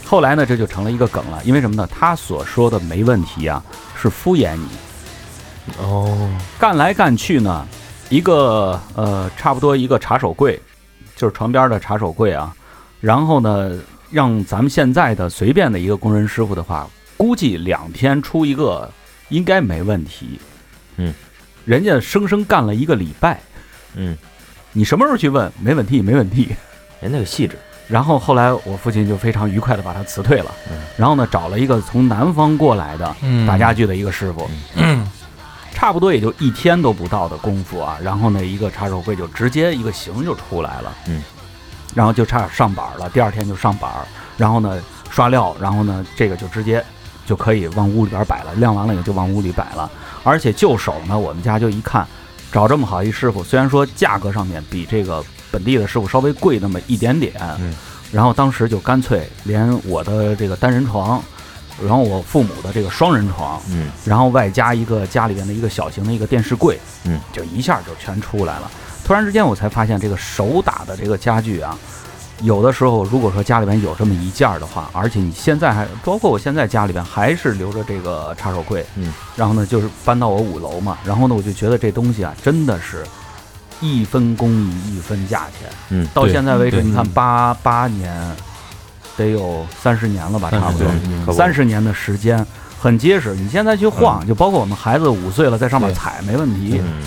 [SPEAKER 2] 后来呢，这就成了一个梗了，因为什么呢？他所说的没问题啊，是敷衍你。
[SPEAKER 3] 哦，
[SPEAKER 2] 干来干去呢，一个呃，差不多一个茶手柜，就是床边的茶手柜啊。然后呢，让咱们现在的随便的一个工人师傅的话，估计两天出一个应该没问题。
[SPEAKER 7] 嗯，
[SPEAKER 2] 人家生生干了一个礼拜，
[SPEAKER 7] 嗯，
[SPEAKER 2] 你什么时候去问？没问题，没问题。
[SPEAKER 7] 人那个细致，
[SPEAKER 2] 然后后来我父亲就非常愉快的把他辞退了
[SPEAKER 7] 嗯，
[SPEAKER 2] 然后呢，找了一个从南方过来的
[SPEAKER 4] 嗯
[SPEAKER 2] 打家具的一个师傅，差不多也就一天都不到的功夫啊，然后呢，一个茶手柜就直接一个形就出来了，
[SPEAKER 7] 嗯，
[SPEAKER 2] 然后就差上板儿了，第二天就上板儿，然后呢刷料，然后呢这个就直接就可以往屋里边摆了，晾完了也就往屋里摆了，而且就手呢，我们家就一看，找这么好一师傅，虽然说价格上面比这个本地的师傅稍微贵那么一点点，
[SPEAKER 3] 嗯，
[SPEAKER 2] 然后当时就干脆连我的这个单人床，然后我父母的这个双人床，
[SPEAKER 7] 嗯，
[SPEAKER 2] 然后外加一个家里边的一个小型的一个电视柜，
[SPEAKER 7] 嗯，
[SPEAKER 2] 就一下就全出来了。突然之间，我才发现这个手打的这个家具啊，有的时候如果说家里边有这么一件儿的话，而且你现在还包括我现在家里边还是留着这个插手柜，
[SPEAKER 7] 嗯，
[SPEAKER 2] 然后呢就是搬到我五楼嘛，然后呢我就觉得这东西啊真的是。一分工艺一分价钱，
[SPEAKER 7] 嗯，
[SPEAKER 2] 到
[SPEAKER 4] 对
[SPEAKER 2] 现在为止，
[SPEAKER 4] 对
[SPEAKER 2] 你看八八年，得有三十年了吧，差不多，
[SPEAKER 7] 可不
[SPEAKER 2] 三十年的时间很结实。你现在去晃，就包括我们孩子五岁了，在上面
[SPEAKER 4] 对
[SPEAKER 2] 踩没问题。
[SPEAKER 7] 嗯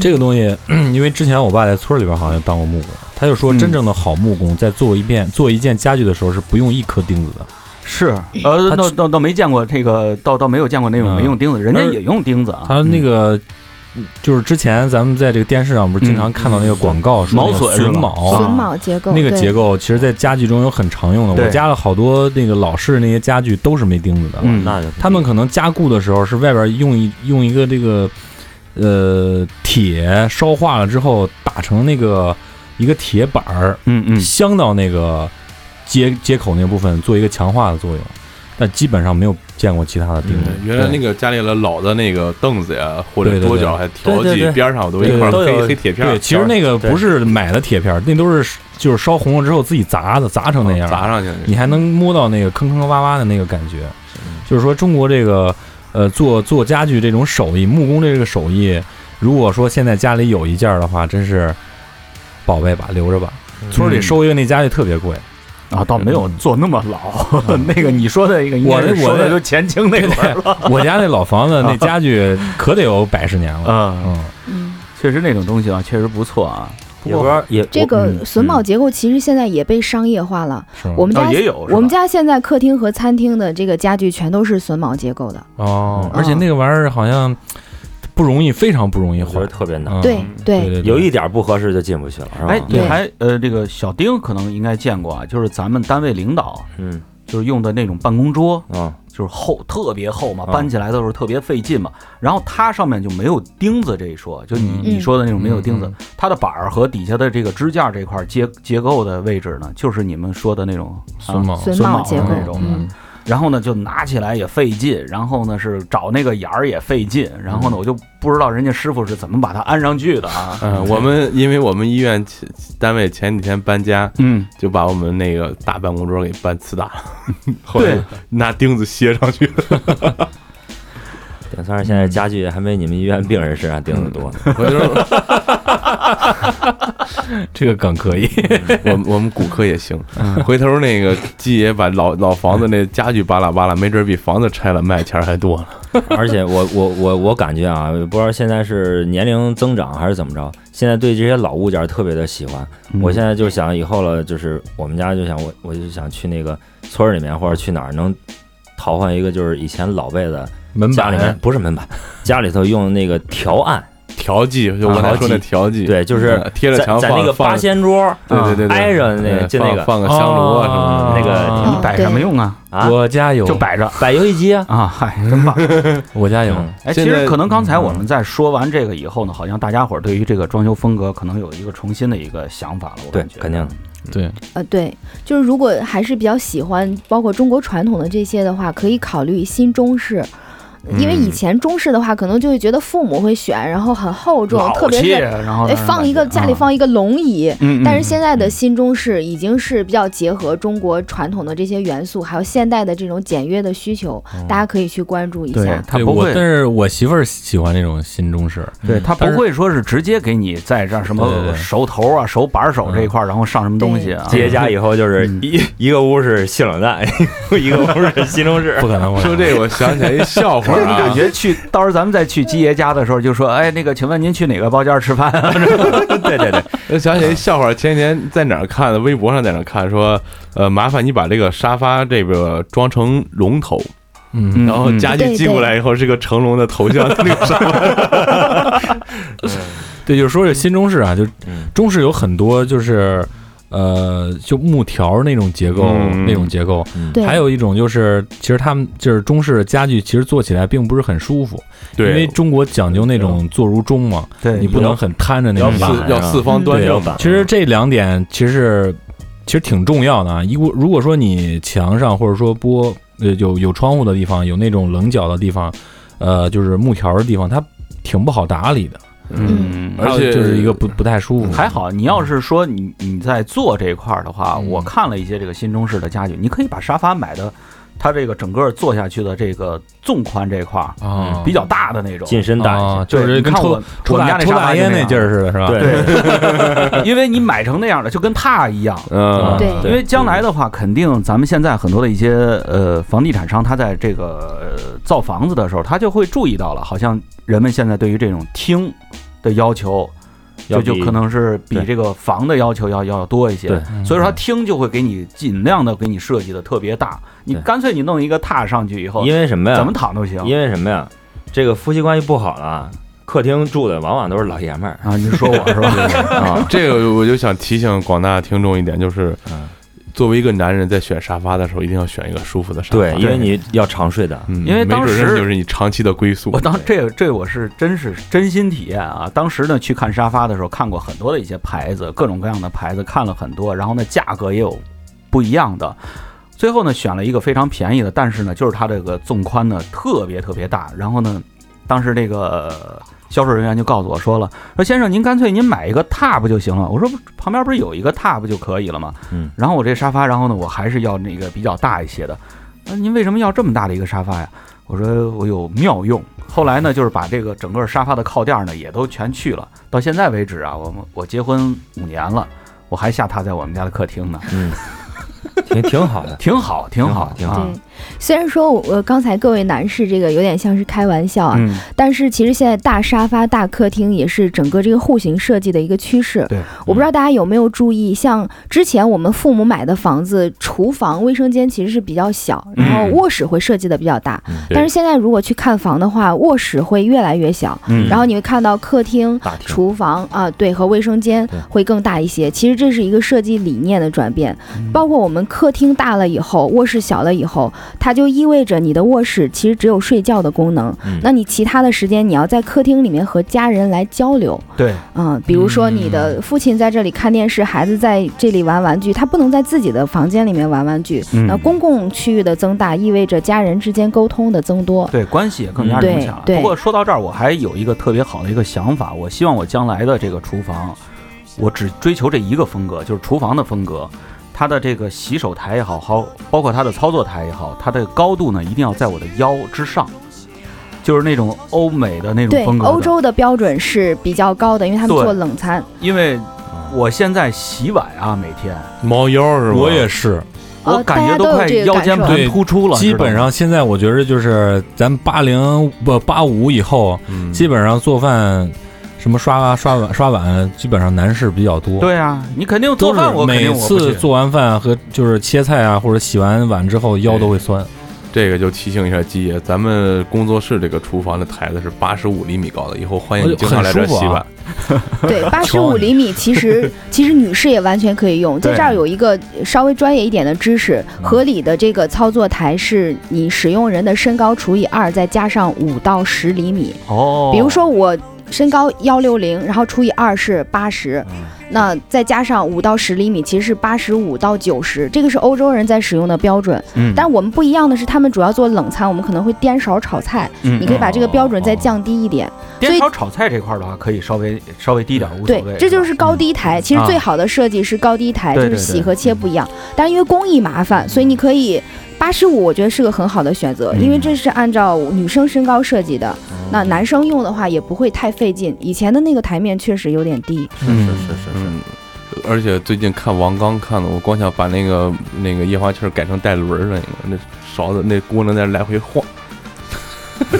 [SPEAKER 4] 这个东西， 因为之前我爸在村里边好像当过木工，他就说
[SPEAKER 2] 嗯
[SPEAKER 4] 真正的好木工在做一遍做一件家具的时候是不用一颗钉子的，
[SPEAKER 2] 是，呃，
[SPEAKER 4] 他
[SPEAKER 2] 倒倒倒没见过这个，倒倒没有见过那种
[SPEAKER 4] 嗯
[SPEAKER 2] 没用钉子，人家也用钉子啊。嗯
[SPEAKER 4] 他那个。就是之前咱们在这个电视上不是经常看到那个广告，说
[SPEAKER 2] 嗯
[SPEAKER 4] 那
[SPEAKER 2] 毛
[SPEAKER 4] 个
[SPEAKER 2] 榫是吧
[SPEAKER 4] 榫卯，
[SPEAKER 6] 榫卯结构，
[SPEAKER 4] 哦那个
[SPEAKER 6] 对
[SPEAKER 4] 结构，其实，在家具中有很常用的。
[SPEAKER 2] 对
[SPEAKER 4] 我家了好多那个老式那些家具都是没钉子的，
[SPEAKER 2] 嗯
[SPEAKER 7] 那就
[SPEAKER 4] 他们可能加固的时候是外边用一用一个这个呃铁烧化了之后打成那个一个铁板儿，
[SPEAKER 2] 嗯嗯
[SPEAKER 4] 镶到那个接接口那部分做一个强化的作用，但基本上没有见过其他的钉子。
[SPEAKER 2] 嗯
[SPEAKER 3] 原来那个家里的老的那个凳子呀，或者
[SPEAKER 4] 对对对
[SPEAKER 3] 桌角还调
[SPEAKER 7] 对对
[SPEAKER 3] 剂
[SPEAKER 7] 对
[SPEAKER 3] 边上都
[SPEAKER 4] 对
[SPEAKER 3] 一块
[SPEAKER 7] 对对
[SPEAKER 3] 黑
[SPEAKER 7] 都有
[SPEAKER 3] 黑铁片儿，
[SPEAKER 4] 对，其实那个
[SPEAKER 7] 对
[SPEAKER 4] 不是买的铁片儿，那都是就是烧红了之后自己砸的，砸成那
[SPEAKER 7] 哦
[SPEAKER 4] 样。
[SPEAKER 3] 砸上去，
[SPEAKER 4] 你还能摸到那个坑坑洼洼的那个感觉
[SPEAKER 7] 嗯。
[SPEAKER 4] 就是说，中国这个呃做做家具这种手艺，木工这个手艺，如果说现在家里有一件儿的话，真是宝贝吧，留着吧。
[SPEAKER 7] 嗯
[SPEAKER 4] 村儿里收一个那家具特别贵，
[SPEAKER 2] 啊，倒没有做那么老。 那个你说的那个，应该
[SPEAKER 4] 我
[SPEAKER 2] 是
[SPEAKER 4] 我
[SPEAKER 2] 说的就前清那会儿
[SPEAKER 7] 嗯
[SPEAKER 2] 了。
[SPEAKER 4] 我家那老房子那家具可得有百十年了。
[SPEAKER 2] 嗯，
[SPEAKER 4] 嗯，
[SPEAKER 6] 嗯，
[SPEAKER 2] 确实那种东西啊，确实不错啊。不
[SPEAKER 7] 也不
[SPEAKER 2] 过
[SPEAKER 7] 知道也
[SPEAKER 6] 这个
[SPEAKER 2] 嗯
[SPEAKER 6] 榫卯结构其实现在也被商业化了。
[SPEAKER 4] 是吗
[SPEAKER 6] 我们
[SPEAKER 2] 啊
[SPEAKER 6] 家
[SPEAKER 2] 也有，是吧
[SPEAKER 6] 我们家现在客厅和餐厅的这个家具全都是榫卯结构的。
[SPEAKER 7] 嗯
[SPEAKER 4] 哦，而且那个玩意儿好像不容易，非常不容易
[SPEAKER 7] 我觉
[SPEAKER 4] 坏
[SPEAKER 7] 得。特别难，
[SPEAKER 4] 嗯
[SPEAKER 6] 对
[SPEAKER 4] 对
[SPEAKER 6] 对，
[SPEAKER 4] 对，
[SPEAKER 7] 有一点不合适就进不去了，是吧？
[SPEAKER 2] 哎，你
[SPEAKER 6] 对
[SPEAKER 2] 还呃，这个小丁可能应该见过啊，就是咱们单位领导
[SPEAKER 7] 嗯
[SPEAKER 2] 就是用的那种办公桌，
[SPEAKER 7] 嗯
[SPEAKER 2] 就是厚，特别厚嘛，
[SPEAKER 7] 嗯
[SPEAKER 2] 搬起来的时候特别费劲嘛。然后它上面就没有钉子这一说，就你
[SPEAKER 4] 嗯
[SPEAKER 2] 你说的那种没有钉子
[SPEAKER 4] 嗯，
[SPEAKER 2] 它的板儿和底下的这个支架这块儿结结构的位置呢，就是你们说的那种
[SPEAKER 4] 榫卯
[SPEAKER 2] 啊
[SPEAKER 6] 榫
[SPEAKER 2] 榫
[SPEAKER 6] 卯
[SPEAKER 2] 卯
[SPEAKER 6] 结
[SPEAKER 2] 的
[SPEAKER 6] 构
[SPEAKER 2] 那种的。
[SPEAKER 6] 嗯
[SPEAKER 2] 然后呢，就拿起来也费劲，然后呢是找那个眼儿也费劲，然后呢我就不知道人家师傅是怎么把它安上去的啊。
[SPEAKER 3] 嗯，我们因为我们医院前单位前几天搬家，
[SPEAKER 2] 嗯，
[SPEAKER 3] 就把我们那个大办公桌给搬呲大了， 后来
[SPEAKER 2] 对，
[SPEAKER 3] 拿钉子楔上去。
[SPEAKER 7] 顶算是现在
[SPEAKER 3] 嗯
[SPEAKER 7] 家具还没你们医院病人身上钉子多呢。
[SPEAKER 3] 我就说，
[SPEAKER 4] 这个梗可以。
[SPEAKER 3] 我们我们骨科也行，
[SPEAKER 7] 嗯
[SPEAKER 3] 回头那个季爷把老老房子那家具扒拉扒拉，没准比房子拆了卖钱还多呢。
[SPEAKER 7] 而且我我我我感觉啊，不知道现在是年龄增长还是怎么着，现在对这些老物件特别的喜欢。
[SPEAKER 2] 嗯
[SPEAKER 7] 我现在就想以后了，就是我们家就想我我就想去那个村儿里面或者去哪儿能淘换一个，就是以前老辈子
[SPEAKER 4] 门
[SPEAKER 7] 家里面
[SPEAKER 4] 板
[SPEAKER 7] 不是门板，家里头用那个条案，
[SPEAKER 3] 调剂，就我刚才说那调剂，
[SPEAKER 7] 对，就是
[SPEAKER 3] 嗯贴着
[SPEAKER 7] 在
[SPEAKER 3] 墙
[SPEAKER 7] 在
[SPEAKER 3] 放嗯
[SPEAKER 7] 那个八
[SPEAKER 3] 放，对
[SPEAKER 7] 仙桌
[SPEAKER 3] 对对对，嗯
[SPEAKER 7] 挨着那就那
[SPEAKER 3] 放
[SPEAKER 4] 呃
[SPEAKER 3] 放个
[SPEAKER 7] 个
[SPEAKER 3] 香炉啊什么的。
[SPEAKER 7] 那个
[SPEAKER 6] 哦
[SPEAKER 2] 摆什么用啊？
[SPEAKER 7] 啊，
[SPEAKER 4] 我家有，
[SPEAKER 2] 就摆着
[SPEAKER 7] 摆游戏机啊，
[SPEAKER 2] 啊，嗨，真棒！
[SPEAKER 4] 我家有，
[SPEAKER 7] 嗯
[SPEAKER 2] 哎，其
[SPEAKER 3] 现在
[SPEAKER 2] 实可能刚才我
[SPEAKER 4] 嗯
[SPEAKER 2] 们在说完这个以后呢，好像大家伙儿对于这个装修风格可能有一个重新的一个想法了。我
[SPEAKER 7] 对
[SPEAKER 2] 感，觉
[SPEAKER 7] 肯定的。
[SPEAKER 4] 对，
[SPEAKER 6] 呃，对，就是如果还是比较喜欢包括中国传统的这些的话，可以考虑新中式。因为以
[SPEAKER 4] 嗯
[SPEAKER 6] 前中式的话，可能就会觉得父母会选，然后很厚重，特
[SPEAKER 2] 老
[SPEAKER 6] 别
[SPEAKER 2] 气，
[SPEAKER 6] 是
[SPEAKER 2] 然后
[SPEAKER 6] 哎放一个家里，放一个龙椅，
[SPEAKER 2] 啊嗯嗯，
[SPEAKER 6] 但是现在的新中式已经是比较结合中国传统的这些元素，还有现代的这种简约的需求，大家可以去关注一
[SPEAKER 2] 哦对
[SPEAKER 6] 下。
[SPEAKER 2] 他
[SPEAKER 4] 对
[SPEAKER 2] 不
[SPEAKER 4] 我
[SPEAKER 2] 会，
[SPEAKER 4] 但是我媳妇儿喜欢这种新中 式，
[SPEAKER 2] 对他不
[SPEAKER 4] 但是
[SPEAKER 2] 会说是直接给你在这儿什
[SPEAKER 4] 对对嗯
[SPEAKER 2] 么
[SPEAKER 4] 对
[SPEAKER 2] 手头啊、手把手这一块儿，然后上什么东西啊？
[SPEAKER 7] 接家以后就是
[SPEAKER 2] 嗯
[SPEAKER 7] 一一个屋是性冷淡， 一个屋是西中式
[SPEAKER 4] 不。可能。 啊
[SPEAKER 3] 说这个，我想起来一笑话
[SPEAKER 2] 我
[SPEAKER 3] 啊
[SPEAKER 2] 感，觉去，到时候咱们再去基爷家的时候，就说，哎，那个，请问您去哪个包间吃饭啊？
[SPEAKER 7] 对对对，
[SPEAKER 3] 我想起来一笑话，前几天在哪儿看的？微博上在哪儿看？说，呃，麻烦你把这个沙发这个装成龙头，
[SPEAKER 4] 嗯，
[SPEAKER 3] 然后家具
[SPEAKER 6] 对
[SPEAKER 3] 寄过来以后是个成龙的头像，那个沙发。
[SPEAKER 4] 对，就是说这新中式啊，就是
[SPEAKER 7] 嗯
[SPEAKER 4] 中式有很多就是呃，就木条那种结构，
[SPEAKER 3] 嗯
[SPEAKER 4] 那种结构。
[SPEAKER 6] 对，
[SPEAKER 4] 还有一种就是，其实他们就是中式的家具，其实做起来并不是很舒服，
[SPEAKER 3] 对，
[SPEAKER 4] 因为中国讲究那种坐如钟嘛，
[SPEAKER 2] 对嗯
[SPEAKER 4] 你不能很瘫着那
[SPEAKER 3] 要
[SPEAKER 4] 种
[SPEAKER 3] 四
[SPEAKER 4] 摆
[SPEAKER 7] 嗯
[SPEAKER 3] 要四方端
[SPEAKER 4] 对
[SPEAKER 3] 正
[SPEAKER 7] 嗯，
[SPEAKER 4] 其实这两点其实是其实挺重要的啊。如果如果说你墙上或者说玻呃有有窗户的地方，有那种棱角的地方，呃，就是木条的地方，它挺不好打理的，
[SPEAKER 6] 嗯
[SPEAKER 3] 而
[SPEAKER 4] 还有
[SPEAKER 3] 且
[SPEAKER 4] 就是一个不不太舒服。
[SPEAKER 2] 还好，你要是说你你在做这一块儿的话，
[SPEAKER 4] 嗯
[SPEAKER 2] 我看了一些这个新中式的家具，你可以把沙发买的，它这个整个坐下去的这个纵宽这一块儿
[SPEAKER 4] 啊，
[SPEAKER 2] 比较大的那种，
[SPEAKER 7] 近身大一
[SPEAKER 4] 啊
[SPEAKER 7] 些，，
[SPEAKER 4] 就是
[SPEAKER 2] 你
[SPEAKER 4] 跟
[SPEAKER 2] 看
[SPEAKER 4] 抽
[SPEAKER 2] 我
[SPEAKER 4] 抽
[SPEAKER 2] 我们家
[SPEAKER 4] 大
[SPEAKER 2] 那
[SPEAKER 4] 抽
[SPEAKER 2] 沙
[SPEAKER 4] 大
[SPEAKER 2] 发就
[SPEAKER 4] 烟那
[SPEAKER 2] 样
[SPEAKER 4] 劲儿，似的，是吧？
[SPEAKER 7] 对
[SPEAKER 2] 对， 因为你买成那样的就跟榻一样。
[SPEAKER 3] 嗯，
[SPEAKER 6] 对
[SPEAKER 2] 因为将来的话，肯定咱们现在很多的一些呃房地产商，他在这个、呃、造房子的时候，他就会注意到了，好像人们现在对于这种厅的要求，
[SPEAKER 7] 要
[SPEAKER 2] 就就
[SPEAKER 7] 比
[SPEAKER 2] 可能是比
[SPEAKER 7] 对
[SPEAKER 2] 这个房的要求要要多一些。
[SPEAKER 7] 对
[SPEAKER 4] 嗯
[SPEAKER 2] 所以说它厅就会给你尽量的给你设计的特别大，你
[SPEAKER 7] 对
[SPEAKER 2] 干脆你弄一个榻上去以后，
[SPEAKER 7] 因为什么呀？
[SPEAKER 2] 怎么躺都行。
[SPEAKER 7] 因为什么呀？这个夫妻关系不好了，客厅住的往往都是老爷们 儿。
[SPEAKER 2] 啊，你说我是 吧？
[SPEAKER 3] 啊，这个我就想提醒广大听众一点，就是
[SPEAKER 7] 嗯，
[SPEAKER 3] 作为一个男人在选沙发的时候，一定要选一个舒服的沙发，
[SPEAKER 7] 对，因为你要长睡 的。
[SPEAKER 3] 嗯，
[SPEAKER 2] 因为当时
[SPEAKER 3] 没准这就是你长期的归宿。
[SPEAKER 2] 我当这这我是真是真心体验啊！当时呢去看沙发的时候，看过很多的一些牌子，各种各样的牌子看了很多，然后呢价格也有不一样的。最后呢选了一个非常便宜的，但是呢就是它这个纵宽呢特别特别大。然后呢，当时这个呃销售人员就告诉我说了，说先生您干脆您买一个榻不就行了？我说旁边不是有一个榻不就可以了吗？
[SPEAKER 7] 嗯，
[SPEAKER 2] 然后我这沙发，然后呢我还是要那个比较大一些的。那您为什么要这么大的一个沙发呀？我说我有妙用。后来呢，就是把这个整个沙发的靠垫呢也都全去了。到现在为止啊，我们我结婚五年了，我还下榻在我们家的客厅呢，
[SPEAKER 7] 嗯，挺挺好的。
[SPEAKER 2] 挺好，挺好，
[SPEAKER 7] 挺好
[SPEAKER 2] 啊
[SPEAKER 6] 对。虽然说我刚才各位男士这个有点像是开玩笑啊，
[SPEAKER 2] 嗯，
[SPEAKER 6] 但是其实现在大沙发、大客厅也是整个这个户型设计的一个趋势。
[SPEAKER 2] 对，
[SPEAKER 6] 我不知道大家有没有注意，像之前我们父母买的房子，厨房、卫生间其实是比较小，
[SPEAKER 2] 嗯
[SPEAKER 6] 然后卧室会设计的比较大。
[SPEAKER 3] 对
[SPEAKER 6] 但是现在如果去看房的话，卧室会越来越小，
[SPEAKER 2] 嗯
[SPEAKER 6] 然后你会看到客厅、
[SPEAKER 7] 大 厅
[SPEAKER 6] 厨房啊，对，和卫生间
[SPEAKER 7] 对
[SPEAKER 6] 会更大一些。其实这是一个设计理念的转变，包括我们客厅大了以后，卧室小了以后，它就意味着你的卧室其实只有睡觉的功能。
[SPEAKER 7] 嗯
[SPEAKER 6] 那你其他的时间，你要在客厅里面和家人来交流，
[SPEAKER 2] 对，
[SPEAKER 6] 嗯，比如说你的父亲在这里看电视，孩子在这里玩玩具，他不能在自己的房间里面玩玩具。
[SPEAKER 2] 嗯
[SPEAKER 6] 那呃公共区域的增大，意味着家人之间沟通的增多。
[SPEAKER 2] 对，关系也更加融洽了。
[SPEAKER 6] 嗯对对
[SPEAKER 2] 不过说到这儿，我还有一个特别好的一个想法，我希望我将来的这个厨房，我只追求这一个风格，就是厨房的风格。它的这个洗手台也好，好包括它的操作台也好，它的高度呢一定要在我的腰之上，就是那种欧美的那种
[SPEAKER 6] 对
[SPEAKER 2] 风，格的。
[SPEAKER 6] 欧洲的标准是比较高的，因为他们
[SPEAKER 2] 对
[SPEAKER 6] 做冷餐。
[SPEAKER 2] 因为我现在洗碗啊，每天
[SPEAKER 3] 猫腰是吧？
[SPEAKER 4] 我也是，
[SPEAKER 6] 哦
[SPEAKER 2] 我感觉
[SPEAKER 6] 大家都有
[SPEAKER 2] 快
[SPEAKER 6] 这个
[SPEAKER 2] 腰
[SPEAKER 6] 感
[SPEAKER 2] 间
[SPEAKER 6] 受
[SPEAKER 2] 盘突出了，
[SPEAKER 4] 基
[SPEAKER 2] 知道吗
[SPEAKER 4] 本上现在我觉得就是咱八零不八五以后，
[SPEAKER 3] 嗯
[SPEAKER 4] 基本上做饭什么刷啊刷碗刷碗，基本上男士比较多。。
[SPEAKER 2] 对啊，你肯定做
[SPEAKER 4] 都
[SPEAKER 2] 饭，我
[SPEAKER 4] 是
[SPEAKER 2] 肯定
[SPEAKER 4] 每
[SPEAKER 2] 我不
[SPEAKER 4] 次
[SPEAKER 2] 去。
[SPEAKER 4] 做完饭和就是切菜啊，或者洗完碗之后腰都会
[SPEAKER 6] 嗯
[SPEAKER 4] 酸。
[SPEAKER 3] 这个就提醒一下鸡爷，咱们工作室这个厨房的台子是八十五厘米高的，以后欢迎你经常来这儿洗碗。
[SPEAKER 6] 对，八十五厘米其实其实女士也完全可以用，在
[SPEAKER 2] 啊对嗯
[SPEAKER 6] 这儿有一个稍微专业一点的知识，合理的这个操作台是你使用人的身高除以二，再加上五到十厘米。
[SPEAKER 2] 哦，
[SPEAKER 6] 比如说我身高幺六零，然后除以二是八十，
[SPEAKER 2] 嗯
[SPEAKER 6] 那再加上五到十厘米，其实是八十五到九十，这个是欧洲人在使用的标准。
[SPEAKER 2] 嗯，
[SPEAKER 6] 但我们不一样的是，他们主要做冷餐，我们可能会颠勺炒菜，
[SPEAKER 2] 嗯
[SPEAKER 6] 你可以把这个标准再降低一点。
[SPEAKER 2] 颠勺炒菜这块儿的话，可以稍微稍微低点，无所
[SPEAKER 6] 对
[SPEAKER 2] 谓。，
[SPEAKER 6] 这就是是高低台。其实
[SPEAKER 2] 啊
[SPEAKER 6] 最好的设计是高低台，
[SPEAKER 2] 对
[SPEAKER 6] 就是
[SPEAKER 2] 对
[SPEAKER 6] 洗
[SPEAKER 2] 对
[SPEAKER 6] 和切不一样。但是因为工艺麻烦，所以你可以八十五，我觉得是个很好的选择，因为这是按照女生身高设计的。那男生用的话也不会太费劲。以前的那个台面确实有点低，
[SPEAKER 4] 嗯
[SPEAKER 3] 嗯，而且最近看王刚看的，我光想把那个那个液化气儿改成带轮儿的那个，那勺子那锅能在那来回晃。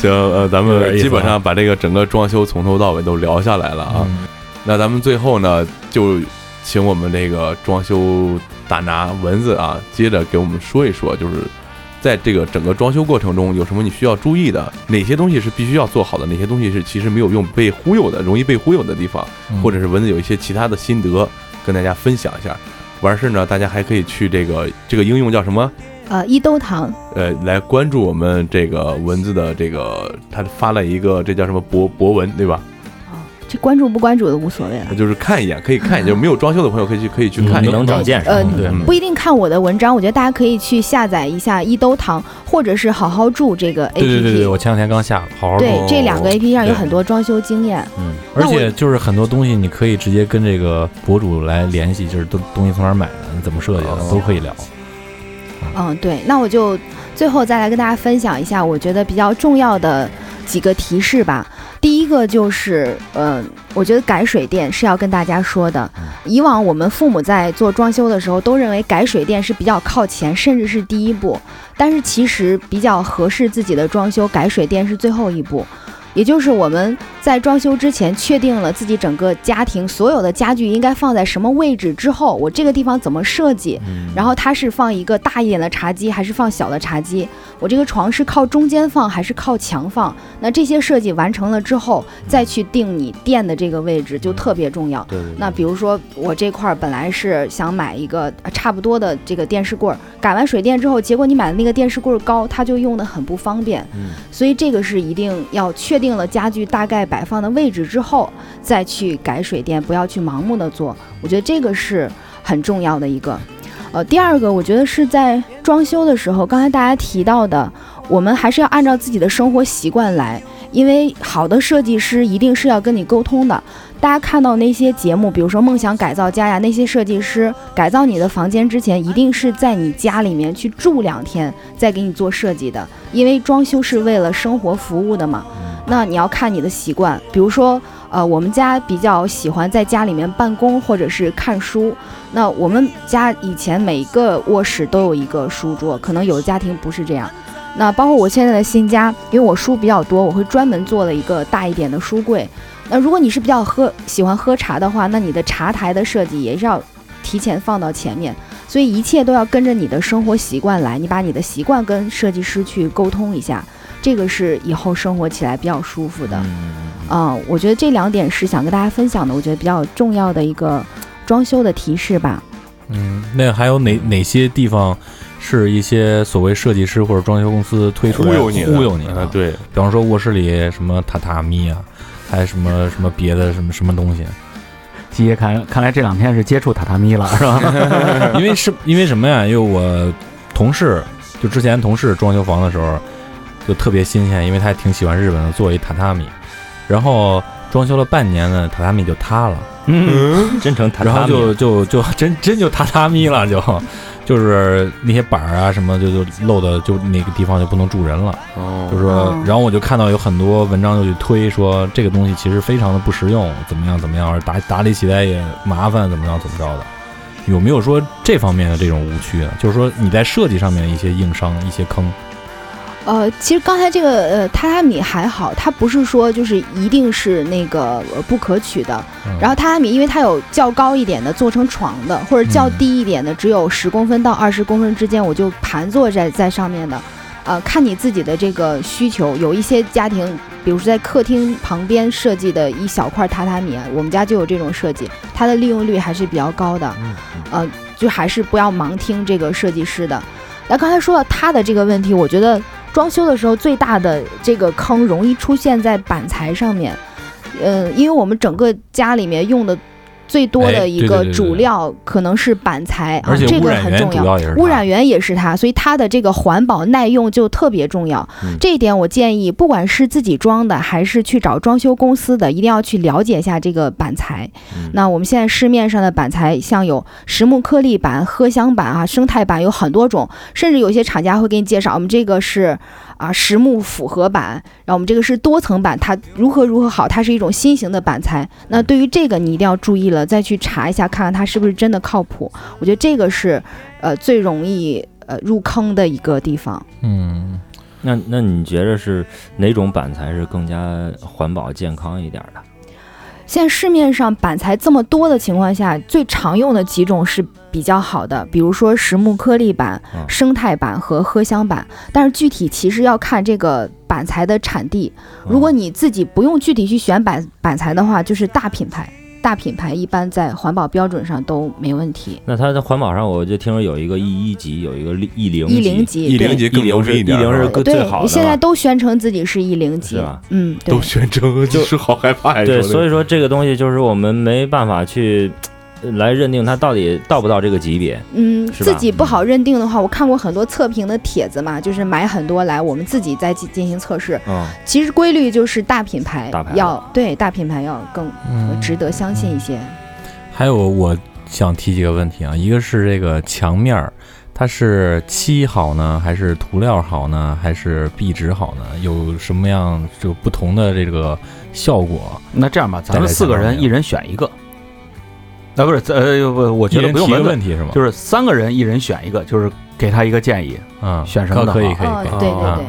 [SPEAKER 3] 行，呃，咱
[SPEAKER 4] 有点意
[SPEAKER 3] 们
[SPEAKER 4] 思啊
[SPEAKER 3] 基本上把这个整个装修从头到尾都聊下来了啊。
[SPEAKER 4] 嗯
[SPEAKER 3] 那咱们最后呢，就请我们这个装修大拿蚊子啊，接着给我们说一说，就是在这个整个装修过程中有什么你需要注意的，哪些东西是必须要做好的，哪些东西是其实没有用、被忽悠的、容易被忽悠的地方，
[SPEAKER 4] 嗯
[SPEAKER 3] 或者是蚊子有一些其他的心得跟大家分享一下。完事儿呢，大家还可以去这个这个应用叫什么？
[SPEAKER 6] 呃，一兜糖，
[SPEAKER 3] 呃，来关注我们这个蚊子的这个，他发了一个这叫什么博博文对吧？
[SPEAKER 6] 这关注不关注都无所谓了。
[SPEAKER 3] 就是看一眼，可以看一眼，就是没有装修的朋友可以去可以去看一眼。
[SPEAKER 7] 嗯能长见识。
[SPEAKER 6] 呃，
[SPEAKER 4] 对
[SPEAKER 3] 嗯
[SPEAKER 6] 不一定看我的文章，我觉得大家可以去下载一下一兜糖，或者是好好住这个 APP。
[SPEAKER 4] 对对对对，我前两天刚下了，好好
[SPEAKER 6] 对
[SPEAKER 4] 弄
[SPEAKER 6] 这两个 APP 上有
[SPEAKER 4] 哦对
[SPEAKER 6] 很多装修经验。
[SPEAKER 7] 嗯，
[SPEAKER 4] 而
[SPEAKER 6] 那我
[SPEAKER 4] 且就是很多东西你可以直接跟这个博主来联系，就是东东西从哪儿买的，你怎么设计的
[SPEAKER 3] 哦
[SPEAKER 4] 都可以聊。
[SPEAKER 6] 嗯，对，那我就最后再来跟大家分享一下，我觉得比较重要的几个提示吧。第一个就是，嗯、我觉得改水电是要跟大家说的。以往我们父母在做装修的时候，都认为改水电是比较靠前，甚至是第一步。但是其实比较合适自己的装修，改水电是最后一步。也就是我们在装修之前确定了自己整个家庭所有的家具应该放在什么位置之后，我这个地方怎么设计，
[SPEAKER 7] 嗯
[SPEAKER 6] 然后它是放一个大一点的茶几还是放小的茶几？我这个床是靠中间放还是靠墙放？那这些设计完成了之后，再去定你店的这个位置就特别重要。
[SPEAKER 7] 嗯对对
[SPEAKER 6] 那比如说我这块儿本来是想买一个呃差不多的这个电视柜儿，改完水电之后，结果你买的那个电视柜儿高，它就用的很不方便。
[SPEAKER 7] 嗯
[SPEAKER 6] 所以这个是一定要确定了家具大概摆放的位置之后，再去改水电，不要去盲目的做。我觉得这个是很重要的一个。呃，第二个我觉得是在装修的时候，刚才大家提到的，我们还是要按照自己的生活习惯来，因为好的设计师一定是要跟你沟通的。大家看到那些节目，比如说《梦想改造家》呀，那些设计师改造你的房间之前，一定是在你家里面去住两天，再给你做设计的。因为装修是为了生活服务的嘛，那你要看你的习惯。比如说，呃，我们家比较喜欢在家里面办公或者是看书。那我们家以前每一个卧室都有一个书桌，可能有的家庭不是这样。那包括我现在的新家，因为我书比较多，我会专门做了一个大一点的书柜。那如果你是比较喝喜欢喝茶的话，那你的茶台的设计也是要提前放到前面，所以一切都要跟着你的生活习惯来。你把你的习惯跟设计师去沟通一下，这个是以后生活起来比较舒服的。嗯，我觉得这两点是想跟大家分享的，我觉得比较重要的一个装修的提示吧。
[SPEAKER 4] 嗯，那还有哪哪些地方是一些所谓设计师或者装修公司推出来
[SPEAKER 3] 忽悠你的，
[SPEAKER 4] 忽悠你
[SPEAKER 3] 啊
[SPEAKER 4] 的？，
[SPEAKER 3] 对，
[SPEAKER 4] 比方说卧室里什么榻榻米啊，还有什么什么别的什么什么东西？啊
[SPEAKER 2] 基爷嗯看看来这两天是接触榻榻米了，是吧？
[SPEAKER 4] 因为是因为什么呀？因为我同事就之前同事装修房的时候就特别新鲜，因为他也挺喜欢日本的，做一榻榻米，然后装修了半年呢，榻榻米就塌了，
[SPEAKER 2] 嗯，
[SPEAKER 7] 真成榻
[SPEAKER 4] 然后
[SPEAKER 7] 榻米
[SPEAKER 4] 就
[SPEAKER 7] 了。
[SPEAKER 4] 就就真真就榻榻米了，就就是那些板儿啊什么就就漏的，就那个地方就不能住人了。
[SPEAKER 7] 嗯
[SPEAKER 4] 就
[SPEAKER 3] 哦，
[SPEAKER 4] 是说
[SPEAKER 6] 哦，
[SPEAKER 4] 然后我就看到有很多文章就去推说这个东西其实非常的不实用，怎么样怎么样，而打打理起来也麻烦，怎么样怎么着的。有没有说这方面的这种误区啊？就是说你在设计上面的一些硬伤、一些坑，
[SPEAKER 6] 呃，其实刚才这个呃榻榻米还好，它不是说就是一定是那个呃不可取的。
[SPEAKER 4] 嗯
[SPEAKER 6] 然后榻榻米，因为它有较高一点的做成床的，或者较
[SPEAKER 4] 嗯
[SPEAKER 6] 低一点的，只有十公分到二十公分之间，我就盘坐在在上面的。呃，看你自己的这个需求，有一些家庭，比如说在客厅旁边设计的一小块榻榻米啊，我们家就有这种设计，它的利用率还是比较高的。呃，就还是不要盲听这个设计师的。那刚才说到他的这个问题，我觉得装修的时候最大的这个坑容易出现在板材上面。呃，因为我们整个家里面用的最多
[SPEAKER 4] 哎
[SPEAKER 6] 的一
[SPEAKER 4] 对对
[SPEAKER 6] 个
[SPEAKER 4] 对对
[SPEAKER 6] 主
[SPEAKER 4] 对
[SPEAKER 6] 料可能是板材啊
[SPEAKER 4] 嗯而，且
[SPEAKER 6] 这
[SPEAKER 4] 污
[SPEAKER 6] 个
[SPEAKER 4] 染
[SPEAKER 6] 很
[SPEAKER 4] 源
[SPEAKER 6] 重
[SPEAKER 4] 主
[SPEAKER 6] 要。
[SPEAKER 4] 要也是
[SPEAKER 6] 污
[SPEAKER 4] 它
[SPEAKER 6] 染源也是它，所以它的这个环保耐用就特别重要。
[SPEAKER 3] 嗯
[SPEAKER 6] 这一点我建议，不管是自己装的还是去找装修公司的，一定要去了解一下这个板材。
[SPEAKER 3] 嗯
[SPEAKER 6] 那我们现在市面上的板材，像有实木颗粒板、荷香板啊、生态板有很多种，甚至有些厂家会给你介绍，我们这个是啊实木复合板，然后我们这个是多层板，它如何如何好，它是一种新型的板材。那对于这个你一定要注意了，再去查一下，看看它是不是真的靠谱。我觉得这个是呃最容易呃入坑的一个地方。
[SPEAKER 4] 嗯，
[SPEAKER 7] 那那你觉着是哪种板材是更加环保健康一点的？
[SPEAKER 6] 现在市面上板材这么多的情况下，最常用的几种是比较好的，比如说实木颗粒板、
[SPEAKER 7] 嗯
[SPEAKER 6] 生态板和荷香板。但是具体其实要看这个板材的产地。如果
[SPEAKER 7] 嗯
[SPEAKER 6] 你自己不用具体去选板板材的话，就是大品牌，大品牌一般在环保标准上都没问题。
[SPEAKER 7] 那它在环保上，我就听说有一个 E 一级，有一个 E 零
[SPEAKER 6] 一零
[SPEAKER 7] 级，
[SPEAKER 6] 级，
[SPEAKER 3] 一零
[SPEAKER 6] 对
[SPEAKER 3] 级更
[SPEAKER 7] 一
[SPEAKER 3] 牛
[SPEAKER 7] 零
[SPEAKER 3] 逼
[SPEAKER 7] 是
[SPEAKER 3] 一
[SPEAKER 7] 一
[SPEAKER 3] 点儿
[SPEAKER 7] 零是
[SPEAKER 3] 吧
[SPEAKER 7] 个最好
[SPEAKER 6] 对，
[SPEAKER 7] 的，
[SPEAKER 6] 现在都宣称自己是一零
[SPEAKER 7] 是
[SPEAKER 6] 级
[SPEAKER 7] 吧，
[SPEAKER 6] 嗯，对
[SPEAKER 3] 都。宣称就是好害怕呀，
[SPEAKER 7] 对，
[SPEAKER 3] 说那
[SPEAKER 7] 所以说这个东西就是我们没办法去呃来认定它到底到不到这个级别。
[SPEAKER 6] 嗯，
[SPEAKER 7] 是
[SPEAKER 6] 自
[SPEAKER 7] 吧
[SPEAKER 6] 己不好认定的话，我看过很多测评的帖子嘛，就是买很多来，我们自己再进进行测试。
[SPEAKER 7] 嗯，
[SPEAKER 6] 其实规律就是大品牌
[SPEAKER 7] 大牌
[SPEAKER 6] 要对大品牌要更
[SPEAKER 4] 嗯
[SPEAKER 6] 呃值得相信一些。
[SPEAKER 4] 还有我想提几个问题啊，一个是这个墙面儿，它是漆好呢，还是涂料好呢，还是壁纸好呢？有什么样就不同的这个效果？
[SPEAKER 2] 那这样吧，咱们四个人一人选一个，啊，不是，呃，不，我
[SPEAKER 4] 一
[SPEAKER 2] 觉得
[SPEAKER 4] 人
[SPEAKER 2] 不
[SPEAKER 4] 提
[SPEAKER 2] 用
[SPEAKER 4] 一个
[SPEAKER 2] 问
[SPEAKER 4] 问题是吗？
[SPEAKER 2] 就是三个人一人选一个，就是给他一个建议。
[SPEAKER 4] 嗯，
[SPEAKER 2] 选什么的
[SPEAKER 4] 可以
[SPEAKER 2] 好
[SPEAKER 4] 可以可以。
[SPEAKER 6] 哦，对对
[SPEAKER 4] 啊
[SPEAKER 6] 对，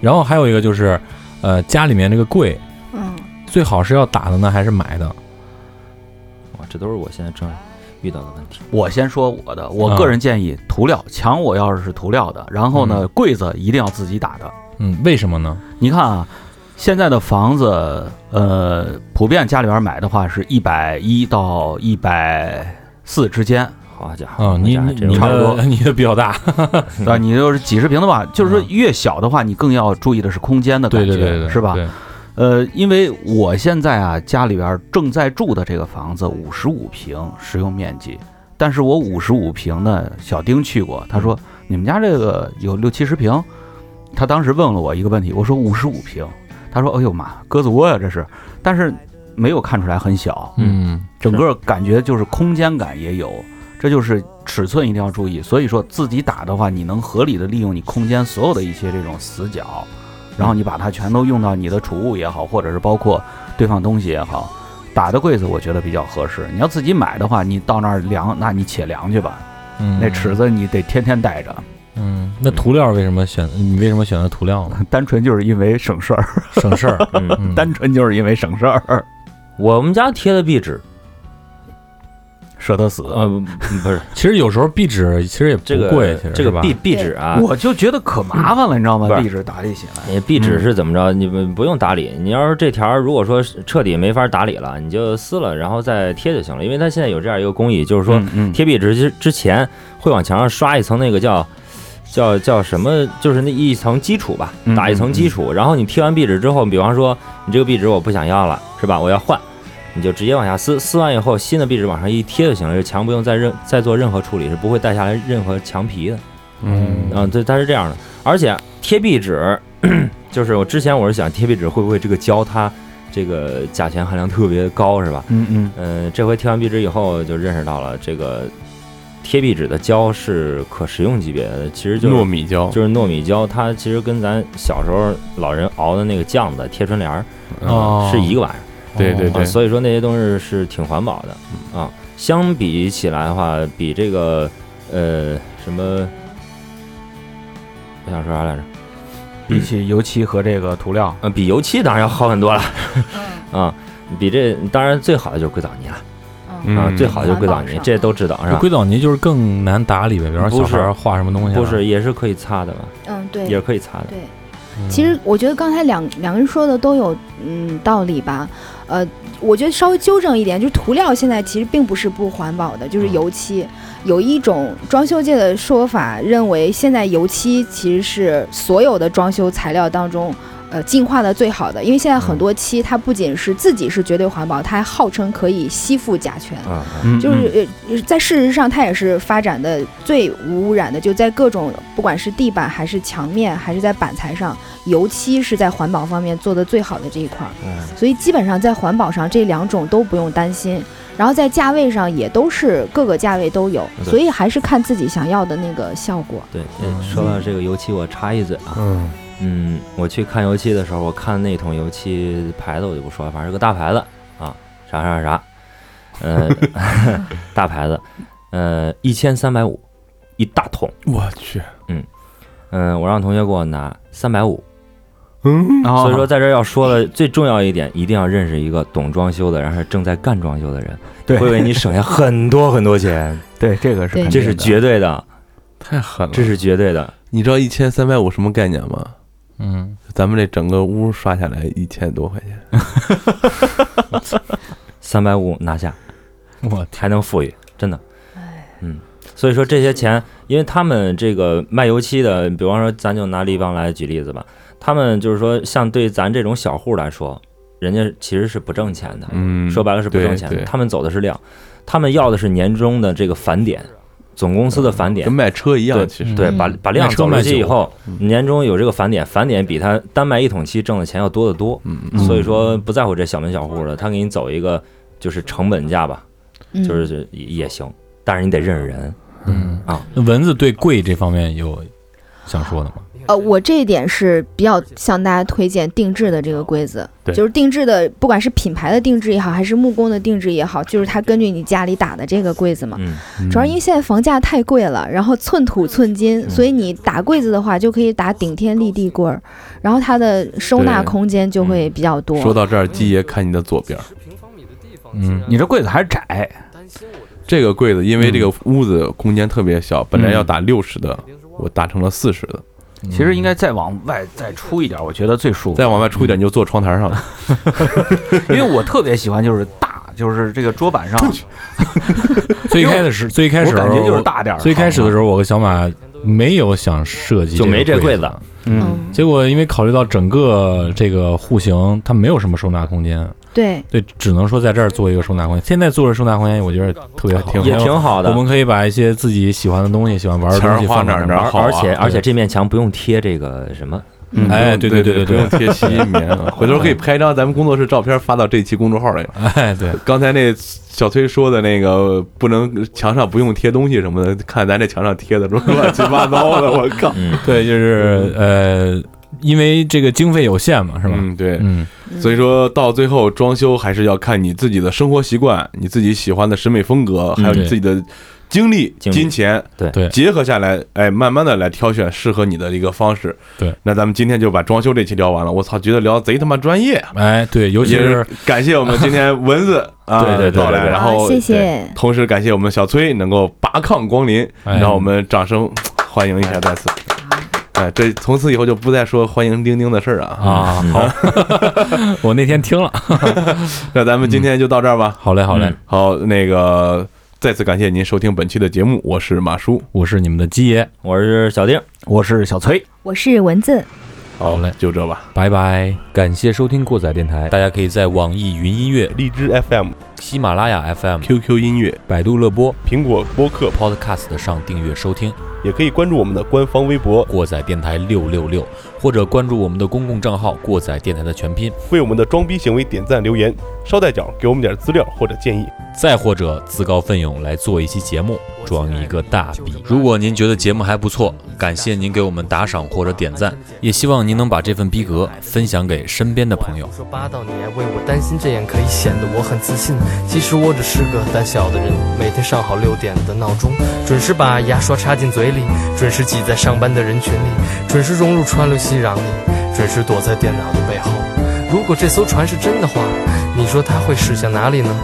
[SPEAKER 4] 然后还有一个就是，呃，家里面这个柜
[SPEAKER 6] 嗯，
[SPEAKER 4] 最好是要打的呢，还是买的？
[SPEAKER 7] 哇，这都是我现在正遇到的问题。
[SPEAKER 2] 我先说我的，我个人建议涂料墙，我要是是涂料的，然后呢，柜子一定要自己打的。
[SPEAKER 4] 嗯，为什么呢？
[SPEAKER 2] 你看啊，现在的房子，呃，普遍家里边买的话是一百一到一百四之间，
[SPEAKER 7] 好家伙，
[SPEAKER 4] 啊，你
[SPEAKER 7] 好家伙
[SPEAKER 4] 你
[SPEAKER 7] 这种
[SPEAKER 4] 你
[SPEAKER 2] 差不
[SPEAKER 4] 的
[SPEAKER 2] 多
[SPEAKER 4] 你的比较大，嗯
[SPEAKER 2] 对吧？你就是几十平的话，就是说越小的话，你更要注意的是空间的感
[SPEAKER 4] 对
[SPEAKER 2] 觉，
[SPEAKER 4] 嗯对对对，
[SPEAKER 2] 是吧？
[SPEAKER 4] 对
[SPEAKER 2] 呃，因为我现在啊，家里边正在住的这个房子五十五平实用面积，但是我五十五平呢，小丁去过，他
[SPEAKER 4] 嗯
[SPEAKER 2] 说你们家这个有六七十平，他当时问了我一个问题，我说五十五平，他说哎呦妈，鸽子窝呀、这是，但是没有看出来很小，
[SPEAKER 4] 嗯，
[SPEAKER 2] 整个感觉就是空间感也有，这就是尺寸一定要注意。所以说自己打的话，你能合理的利用你空间所有的一些这种死角，然后你把它全都用到你的储物也好，或者是包括堆放东西也好。打的柜子我觉得比较合适。你要自己买的话，你到那儿量，那你且量去吧。
[SPEAKER 4] 嗯，
[SPEAKER 2] 那尺子你得天天带着，
[SPEAKER 4] 嗯，那涂料为什么选？你为什么选择涂料呢？
[SPEAKER 2] 单纯就是因为 省事儿，
[SPEAKER 4] 省事儿。
[SPEAKER 7] 嗯，
[SPEAKER 4] 嗯
[SPEAKER 2] 单纯就是因为省事儿，
[SPEAKER 7] 我们家贴的壁纸，
[SPEAKER 2] 舍得死。
[SPEAKER 7] 呃，不不是
[SPEAKER 4] 其实有时候壁纸其实也
[SPEAKER 7] 这
[SPEAKER 4] 不贵，
[SPEAKER 7] 个
[SPEAKER 4] 其实
[SPEAKER 7] 这个
[SPEAKER 4] 是吧
[SPEAKER 7] 壁壁纸啊，
[SPEAKER 2] 我就觉得可麻烦了，你知道吗
[SPEAKER 7] 不？是
[SPEAKER 2] 地址打理起来，
[SPEAKER 7] 你壁纸是怎么着？你们不用打理。你要是这条儿如果说是彻底没法打理了，你就撕了，然后再贴就行了。因为它现在有这样一个工艺，就是说
[SPEAKER 2] 嗯嗯
[SPEAKER 7] 贴壁纸之之前会往墙上刷一层那个叫叫叫什么，就是那一层基础吧，
[SPEAKER 2] 嗯
[SPEAKER 7] 打一层基础。然后你贴完壁纸之后，比方说你这个壁纸我不想要了，是吧？我要换，你就直接往下撕，撕完以后新的壁纸往上一贴就行了，这墙不用再任再做任何处理，是不会带下来任何墙皮的。
[SPEAKER 4] 嗯
[SPEAKER 7] 嗯，对，它是这样的，而且贴壁纸， 就是我之前我是想贴壁纸会不会这个胶它这个甲醛含量特别高是吧？呃
[SPEAKER 2] 嗯嗯
[SPEAKER 7] 嗯，这回贴完壁纸以后就认识到了这个贴壁纸的胶是可食用级别的，其实就是
[SPEAKER 3] 糯米胶，
[SPEAKER 7] 就是糯米胶，它其实跟咱小时候老人熬的那个酱子贴春联儿、
[SPEAKER 3] 嗯
[SPEAKER 4] 哦
[SPEAKER 7] 是一个玩意儿、
[SPEAKER 3] 对对
[SPEAKER 7] 啊，所以说那些东西是挺环保
[SPEAKER 4] 嗯
[SPEAKER 7] 的啊。相比起来的话，比这个呃什么，我想说啥来着？
[SPEAKER 2] 比起油漆和这个涂料，
[SPEAKER 7] 嗯，比油漆当然要好很多了，
[SPEAKER 6] 嗯
[SPEAKER 7] 啊，比这当然最好的就是硅藻泥了，
[SPEAKER 3] 嗯
[SPEAKER 7] 啊，最好的就是硅藻
[SPEAKER 6] 环保
[SPEAKER 7] 泥
[SPEAKER 6] 上，
[SPEAKER 7] 这都知道是
[SPEAKER 4] 这
[SPEAKER 7] 吧？
[SPEAKER 4] 硅藻泥就是更难打理呗，比方说
[SPEAKER 7] 哦不
[SPEAKER 4] 小
[SPEAKER 7] 是
[SPEAKER 4] 孩儿画什么东西啊，
[SPEAKER 7] 不是，也是可以擦的吧？
[SPEAKER 6] 嗯，
[SPEAKER 7] 也
[SPEAKER 6] 对
[SPEAKER 7] 是可以擦的。
[SPEAKER 6] 对。
[SPEAKER 4] 嗯，
[SPEAKER 6] 其实我觉得刚才两两个人说的都有嗯道理吧，呃，我觉得稍微纠正一点，就是涂料现在其实并不是不环保的，就是油漆。有一种装修界的说法认为，现在油漆其实是所有的装修材料当中。呃，进化的最好的，因为现在很多漆，它不仅是自己是绝对环保，它还号称可以吸附甲醛。
[SPEAKER 7] 嗯，嗯
[SPEAKER 3] 嗯
[SPEAKER 6] 就是呃，在事实上，它也是发展的最无污染的，就在各种不管是地板还是墙面还是在板材上，油漆是在环保方面做的最好的这一块儿，
[SPEAKER 7] 嗯
[SPEAKER 6] 所以基本上在环保上这两种都不用担心，然后在价位上也都是各个价位都有，
[SPEAKER 7] 对
[SPEAKER 6] 所以还是看自己想要的那个效果。
[SPEAKER 7] 对，呃说到这个油漆，我插一嘴啊，
[SPEAKER 4] 嗯，
[SPEAKER 7] 嗯，我去看油漆的时候，我看那桶油漆牌子我就不说了，反正是个大牌子啊，啥啥啥，呃， 大牌子，呃，一千三百五一大桶，
[SPEAKER 3] 我去，
[SPEAKER 7] 嗯、我让同学给我拿三百五，
[SPEAKER 3] 嗯，
[SPEAKER 2] 然后
[SPEAKER 7] 所以说在这儿要说的最重要一点，一定要认识一个懂装修的，然后正在干装修的人，
[SPEAKER 2] 对
[SPEAKER 7] 会为你省下很多很多钱，
[SPEAKER 2] 对这个是
[SPEAKER 6] 对
[SPEAKER 2] 肯
[SPEAKER 7] 这
[SPEAKER 2] 定
[SPEAKER 7] 是
[SPEAKER 2] 的
[SPEAKER 7] 绝对的，
[SPEAKER 3] 太狠了！
[SPEAKER 7] 这是绝对的。
[SPEAKER 3] 你知道一千三百五什么概念吗？
[SPEAKER 4] 嗯，
[SPEAKER 3] 咱们这整个屋刷下来一千多块钱，
[SPEAKER 7] 三百五拿下，
[SPEAKER 4] 我
[SPEAKER 7] 还能富裕，真的。
[SPEAKER 6] 哎，
[SPEAKER 7] 嗯，所以说这些钱，因为他们这个卖油漆的，比方说咱就拿立邦来举例子吧，他们就是说，像对咱这种小户来说，人家其实是不挣钱的，
[SPEAKER 3] 嗯，
[SPEAKER 7] 说白了是不挣钱
[SPEAKER 3] 对
[SPEAKER 7] 的，
[SPEAKER 3] 对
[SPEAKER 7] 他们走的是量，他们要的是年终的这个返点，总公司的返点
[SPEAKER 3] 跟。卖车一样，
[SPEAKER 7] 对
[SPEAKER 3] 其实
[SPEAKER 7] 对，
[SPEAKER 6] 嗯
[SPEAKER 7] 把把量
[SPEAKER 4] 卖车
[SPEAKER 7] 走出
[SPEAKER 4] 卖
[SPEAKER 7] 去以
[SPEAKER 4] 酒
[SPEAKER 7] 后，
[SPEAKER 3] 嗯
[SPEAKER 7] 年终有这个返点，返点比他单卖一桶漆挣的钱要多得多，
[SPEAKER 3] 嗯，
[SPEAKER 7] 所以说不在乎这小门小户了，他给你走一个就是成本价吧，
[SPEAKER 6] 嗯
[SPEAKER 7] 就是也也行，但是你得认识人，
[SPEAKER 4] 嗯
[SPEAKER 7] 啊，
[SPEAKER 4] 那蚊子对贵这方面有想说的吗？
[SPEAKER 6] 呃，我这一点是比较向大家推荐定制的这个柜子，
[SPEAKER 4] 对
[SPEAKER 6] 就是定制的，不管是品牌的定制也好，还是木工的定制也好，就是它根据你家里打的这个柜子嘛。
[SPEAKER 7] 嗯，
[SPEAKER 6] 主要因为现在房价太贵了，然后寸土
[SPEAKER 3] 嗯
[SPEAKER 6] 寸金，所以你打柜子的话就可以打顶天立地柜儿，然后它的收纳
[SPEAKER 3] 对嗯
[SPEAKER 6] 空间就会比较多。啊
[SPEAKER 3] 说到这儿，鸡爷看你的左边，
[SPEAKER 4] 嗯
[SPEAKER 2] 你这柜子还是窄，
[SPEAKER 3] 这个柜子，因为这个屋子空间特别小，本来要打六十的，我打成了四十的，
[SPEAKER 4] 嗯
[SPEAKER 2] 其实应该再往外再出一点，我觉得最舒服。
[SPEAKER 3] 再往外出一点你就坐窗台上了。
[SPEAKER 2] 因为我特别喜欢就是大，就是这个桌板上，
[SPEAKER 4] 最开始最开始
[SPEAKER 2] 我感觉就是大点儿。
[SPEAKER 4] 最开始的时候，我和小马没有想设计
[SPEAKER 7] 就没这
[SPEAKER 4] 这
[SPEAKER 7] 柜
[SPEAKER 4] 柜
[SPEAKER 7] 子，
[SPEAKER 2] 嗯，
[SPEAKER 6] 嗯，
[SPEAKER 4] 结果因为考虑到整个这个户型，它没有什么收纳空间，
[SPEAKER 6] 对，
[SPEAKER 4] 对，只能说在这儿做一个收纳空间。现在做的收纳空间，我觉得特别好，
[SPEAKER 3] 挺
[SPEAKER 7] 也挺好的
[SPEAKER 4] 我。们可以把一些自己喜欢的东西、喜欢玩的东西
[SPEAKER 3] 钱儿花
[SPEAKER 4] 放在
[SPEAKER 3] 哪儿
[SPEAKER 4] 那
[SPEAKER 3] 哪
[SPEAKER 4] 儿
[SPEAKER 3] 儿
[SPEAKER 7] 而
[SPEAKER 3] 好啊
[SPEAKER 7] 而且
[SPEAKER 3] 对
[SPEAKER 7] 而且这面墙不用贴这个什么，
[SPEAKER 6] 嗯，
[SPEAKER 4] 哎对对
[SPEAKER 3] 对
[SPEAKER 4] 对对
[SPEAKER 3] 不用贴吸音棉啊，回头可以拍一张咱们工作室照片发到这期公众号里。
[SPEAKER 4] 哎，对，
[SPEAKER 3] 刚才那小崔说的那个不能墙上不用贴东西什么的，看咱这墙上贴的都乱七八糟的，我靠！
[SPEAKER 7] 嗯，
[SPEAKER 4] 对，就是呃，因为这个经费有限嘛，是吧？
[SPEAKER 3] 嗯，对，
[SPEAKER 4] 嗯，
[SPEAKER 3] 所以说到最后装修还是要看你自己的生活习惯、你自己喜欢的审美风格，
[SPEAKER 4] 嗯
[SPEAKER 3] 还有你自己的精力、
[SPEAKER 7] 精力
[SPEAKER 3] 金钱，
[SPEAKER 7] 对
[SPEAKER 4] 对
[SPEAKER 3] 结合下来，哎，慢慢的来挑选适合你的一个方式。
[SPEAKER 4] 对，
[SPEAKER 3] 那咱们今天就把装修这期聊完了，我操，觉得聊贼他妈专业啊，
[SPEAKER 4] 哎，对，尤其
[SPEAKER 3] 也
[SPEAKER 4] 是
[SPEAKER 3] 感谢我们今天蚊子啊
[SPEAKER 4] 对对对
[SPEAKER 3] 到来，
[SPEAKER 4] 对对
[SPEAKER 3] 然后
[SPEAKER 6] 好谢
[SPEAKER 3] 对
[SPEAKER 6] 谢，
[SPEAKER 3] 同时感谢我们小崔能够拔炕光临，
[SPEAKER 4] 哎
[SPEAKER 3] 让我们掌声欢迎一下再次。哎，这从此以后就不再说欢迎丁丁的事儿啊。
[SPEAKER 4] 啊，好，我那天听了，
[SPEAKER 3] 那咱们今天就到这儿吧。
[SPEAKER 4] 好嘞，好嘞
[SPEAKER 7] 嗯，
[SPEAKER 3] 好，那个再次感谢您收听本期的节目，我是马叔。
[SPEAKER 4] 我是你们的鸡爷，
[SPEAKER 7] 我是小丁，
[SPEAKER 2] 我是小崔。
[SPEAKER 6] 我是蚊子。
[SPEAKER 3] 好
[SPEAKER 4] 嘞，
[SPEAKER 3] 就这吧。
[SPEAKER 4] 拜拜。
[SPEAKER 5] 感谢收听过载电台，大家可以在网易云音乐、
[SPEAKER 3] 荔枝 FM、
[SPEAKER 4] 喜马拉雅 FM、
[SPEAKER 3] QQ 音乐、
[SPEAKER 4] 百度乐播、
[SPEAKER 3] 苹果播客，
[SPEAKER 4] Podcast 上订阅收听
[SPEAKER 3] 也可以关注我们的官方微博，
[SPEAKER 4] 过载电台六六六，或者关注我们的公共账号“过载电台”的全拼，
[SPEAKER 3] 为我们的装逼行为点赞留言，捎带脚给我们点资料或者建议。
[SPEAKER 4] 再或者自告奋勇来做一期节目，装一个大逼。如果您觉得节目还不错，感谢您给我们打赏或者点赞，也希望您能把这份逼格分享给身边的朋友。
[SPEAKER 8] 说八道，你还为我担心，这样可以显得我很自信。其实我只是个胆小的人，每天上好六点的闹钟，准时把牙刷插进嘴里，准时挤在上班的人群里，准时融入川流熙攘里，准时躲在电脑的背后。如果这艘船是真的话，你说它会驶向哪里呢？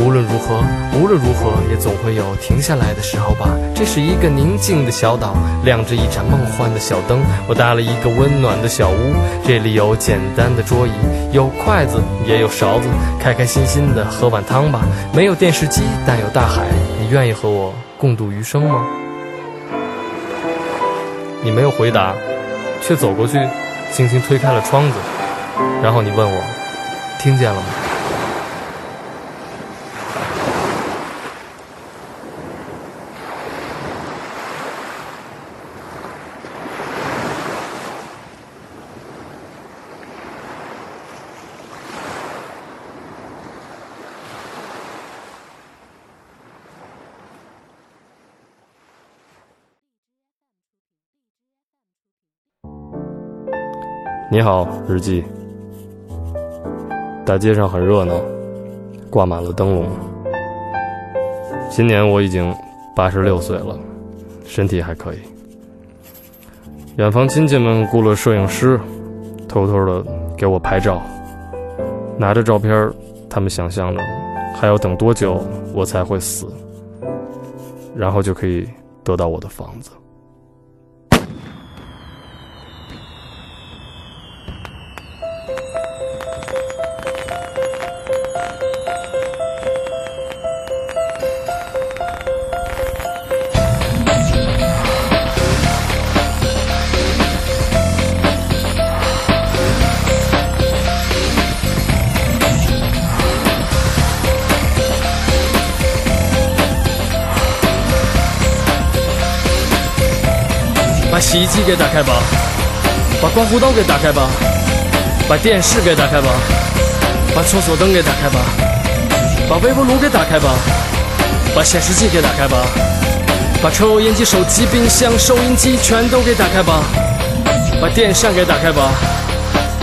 [SPEAKER 8] 无论如何，无论如何，也总会有停下来的时候吧。这是一个宁静的小岛，亮着一盏梦幻的小灯。我搭了一个温暖的小屋，这里有简单的桌椅，有筷子，也有勺子。开开心心的喝碗汤吧。没有电视机，但有大海。你愿意和我共度余生吗？你没有回答，却走过去，轻轻推开了窗子，然后你问我，听见了吗？你好，日记。大街上很热闹，挂满了灯笼。今年我已经八十六岁了，身体还可以。远房亲戚们雇了摄影师，偷偷的给我拍照。拿着照片儿，他们想象着还要等多久我才会死，然后就可以得到我的房子。把洗衣机给打开吧，把刮胡刀给打开吧，把电视给打开吧，把厕所灯给打开吧，把微波炉给打开吧，把显示器给打开吧，把抽油烟机、手机、冰箱、收音机全都给打开吧，把电扇给打开吧，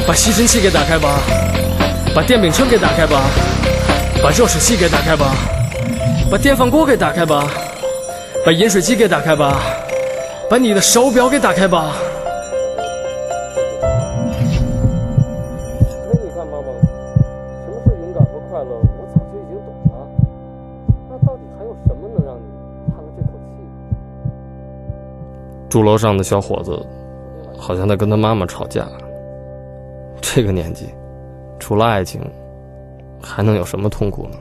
[SPEAKER 8] 把吸尘器给打开吧，把电饼铛给打开吧，把热水器给打开吧，把电饭锅给打开吧，把饮水机给打开吧。把你的手表给打开吧。那哎你看，妈妈，什么是勇敢和快乐，我早就已经懂了。那到底还有什么能让你叹了这口气？住楼上的小伙子，好像在跟他妈妈吵架。这个年纪，除了爱情，还能有什么痛苦呢？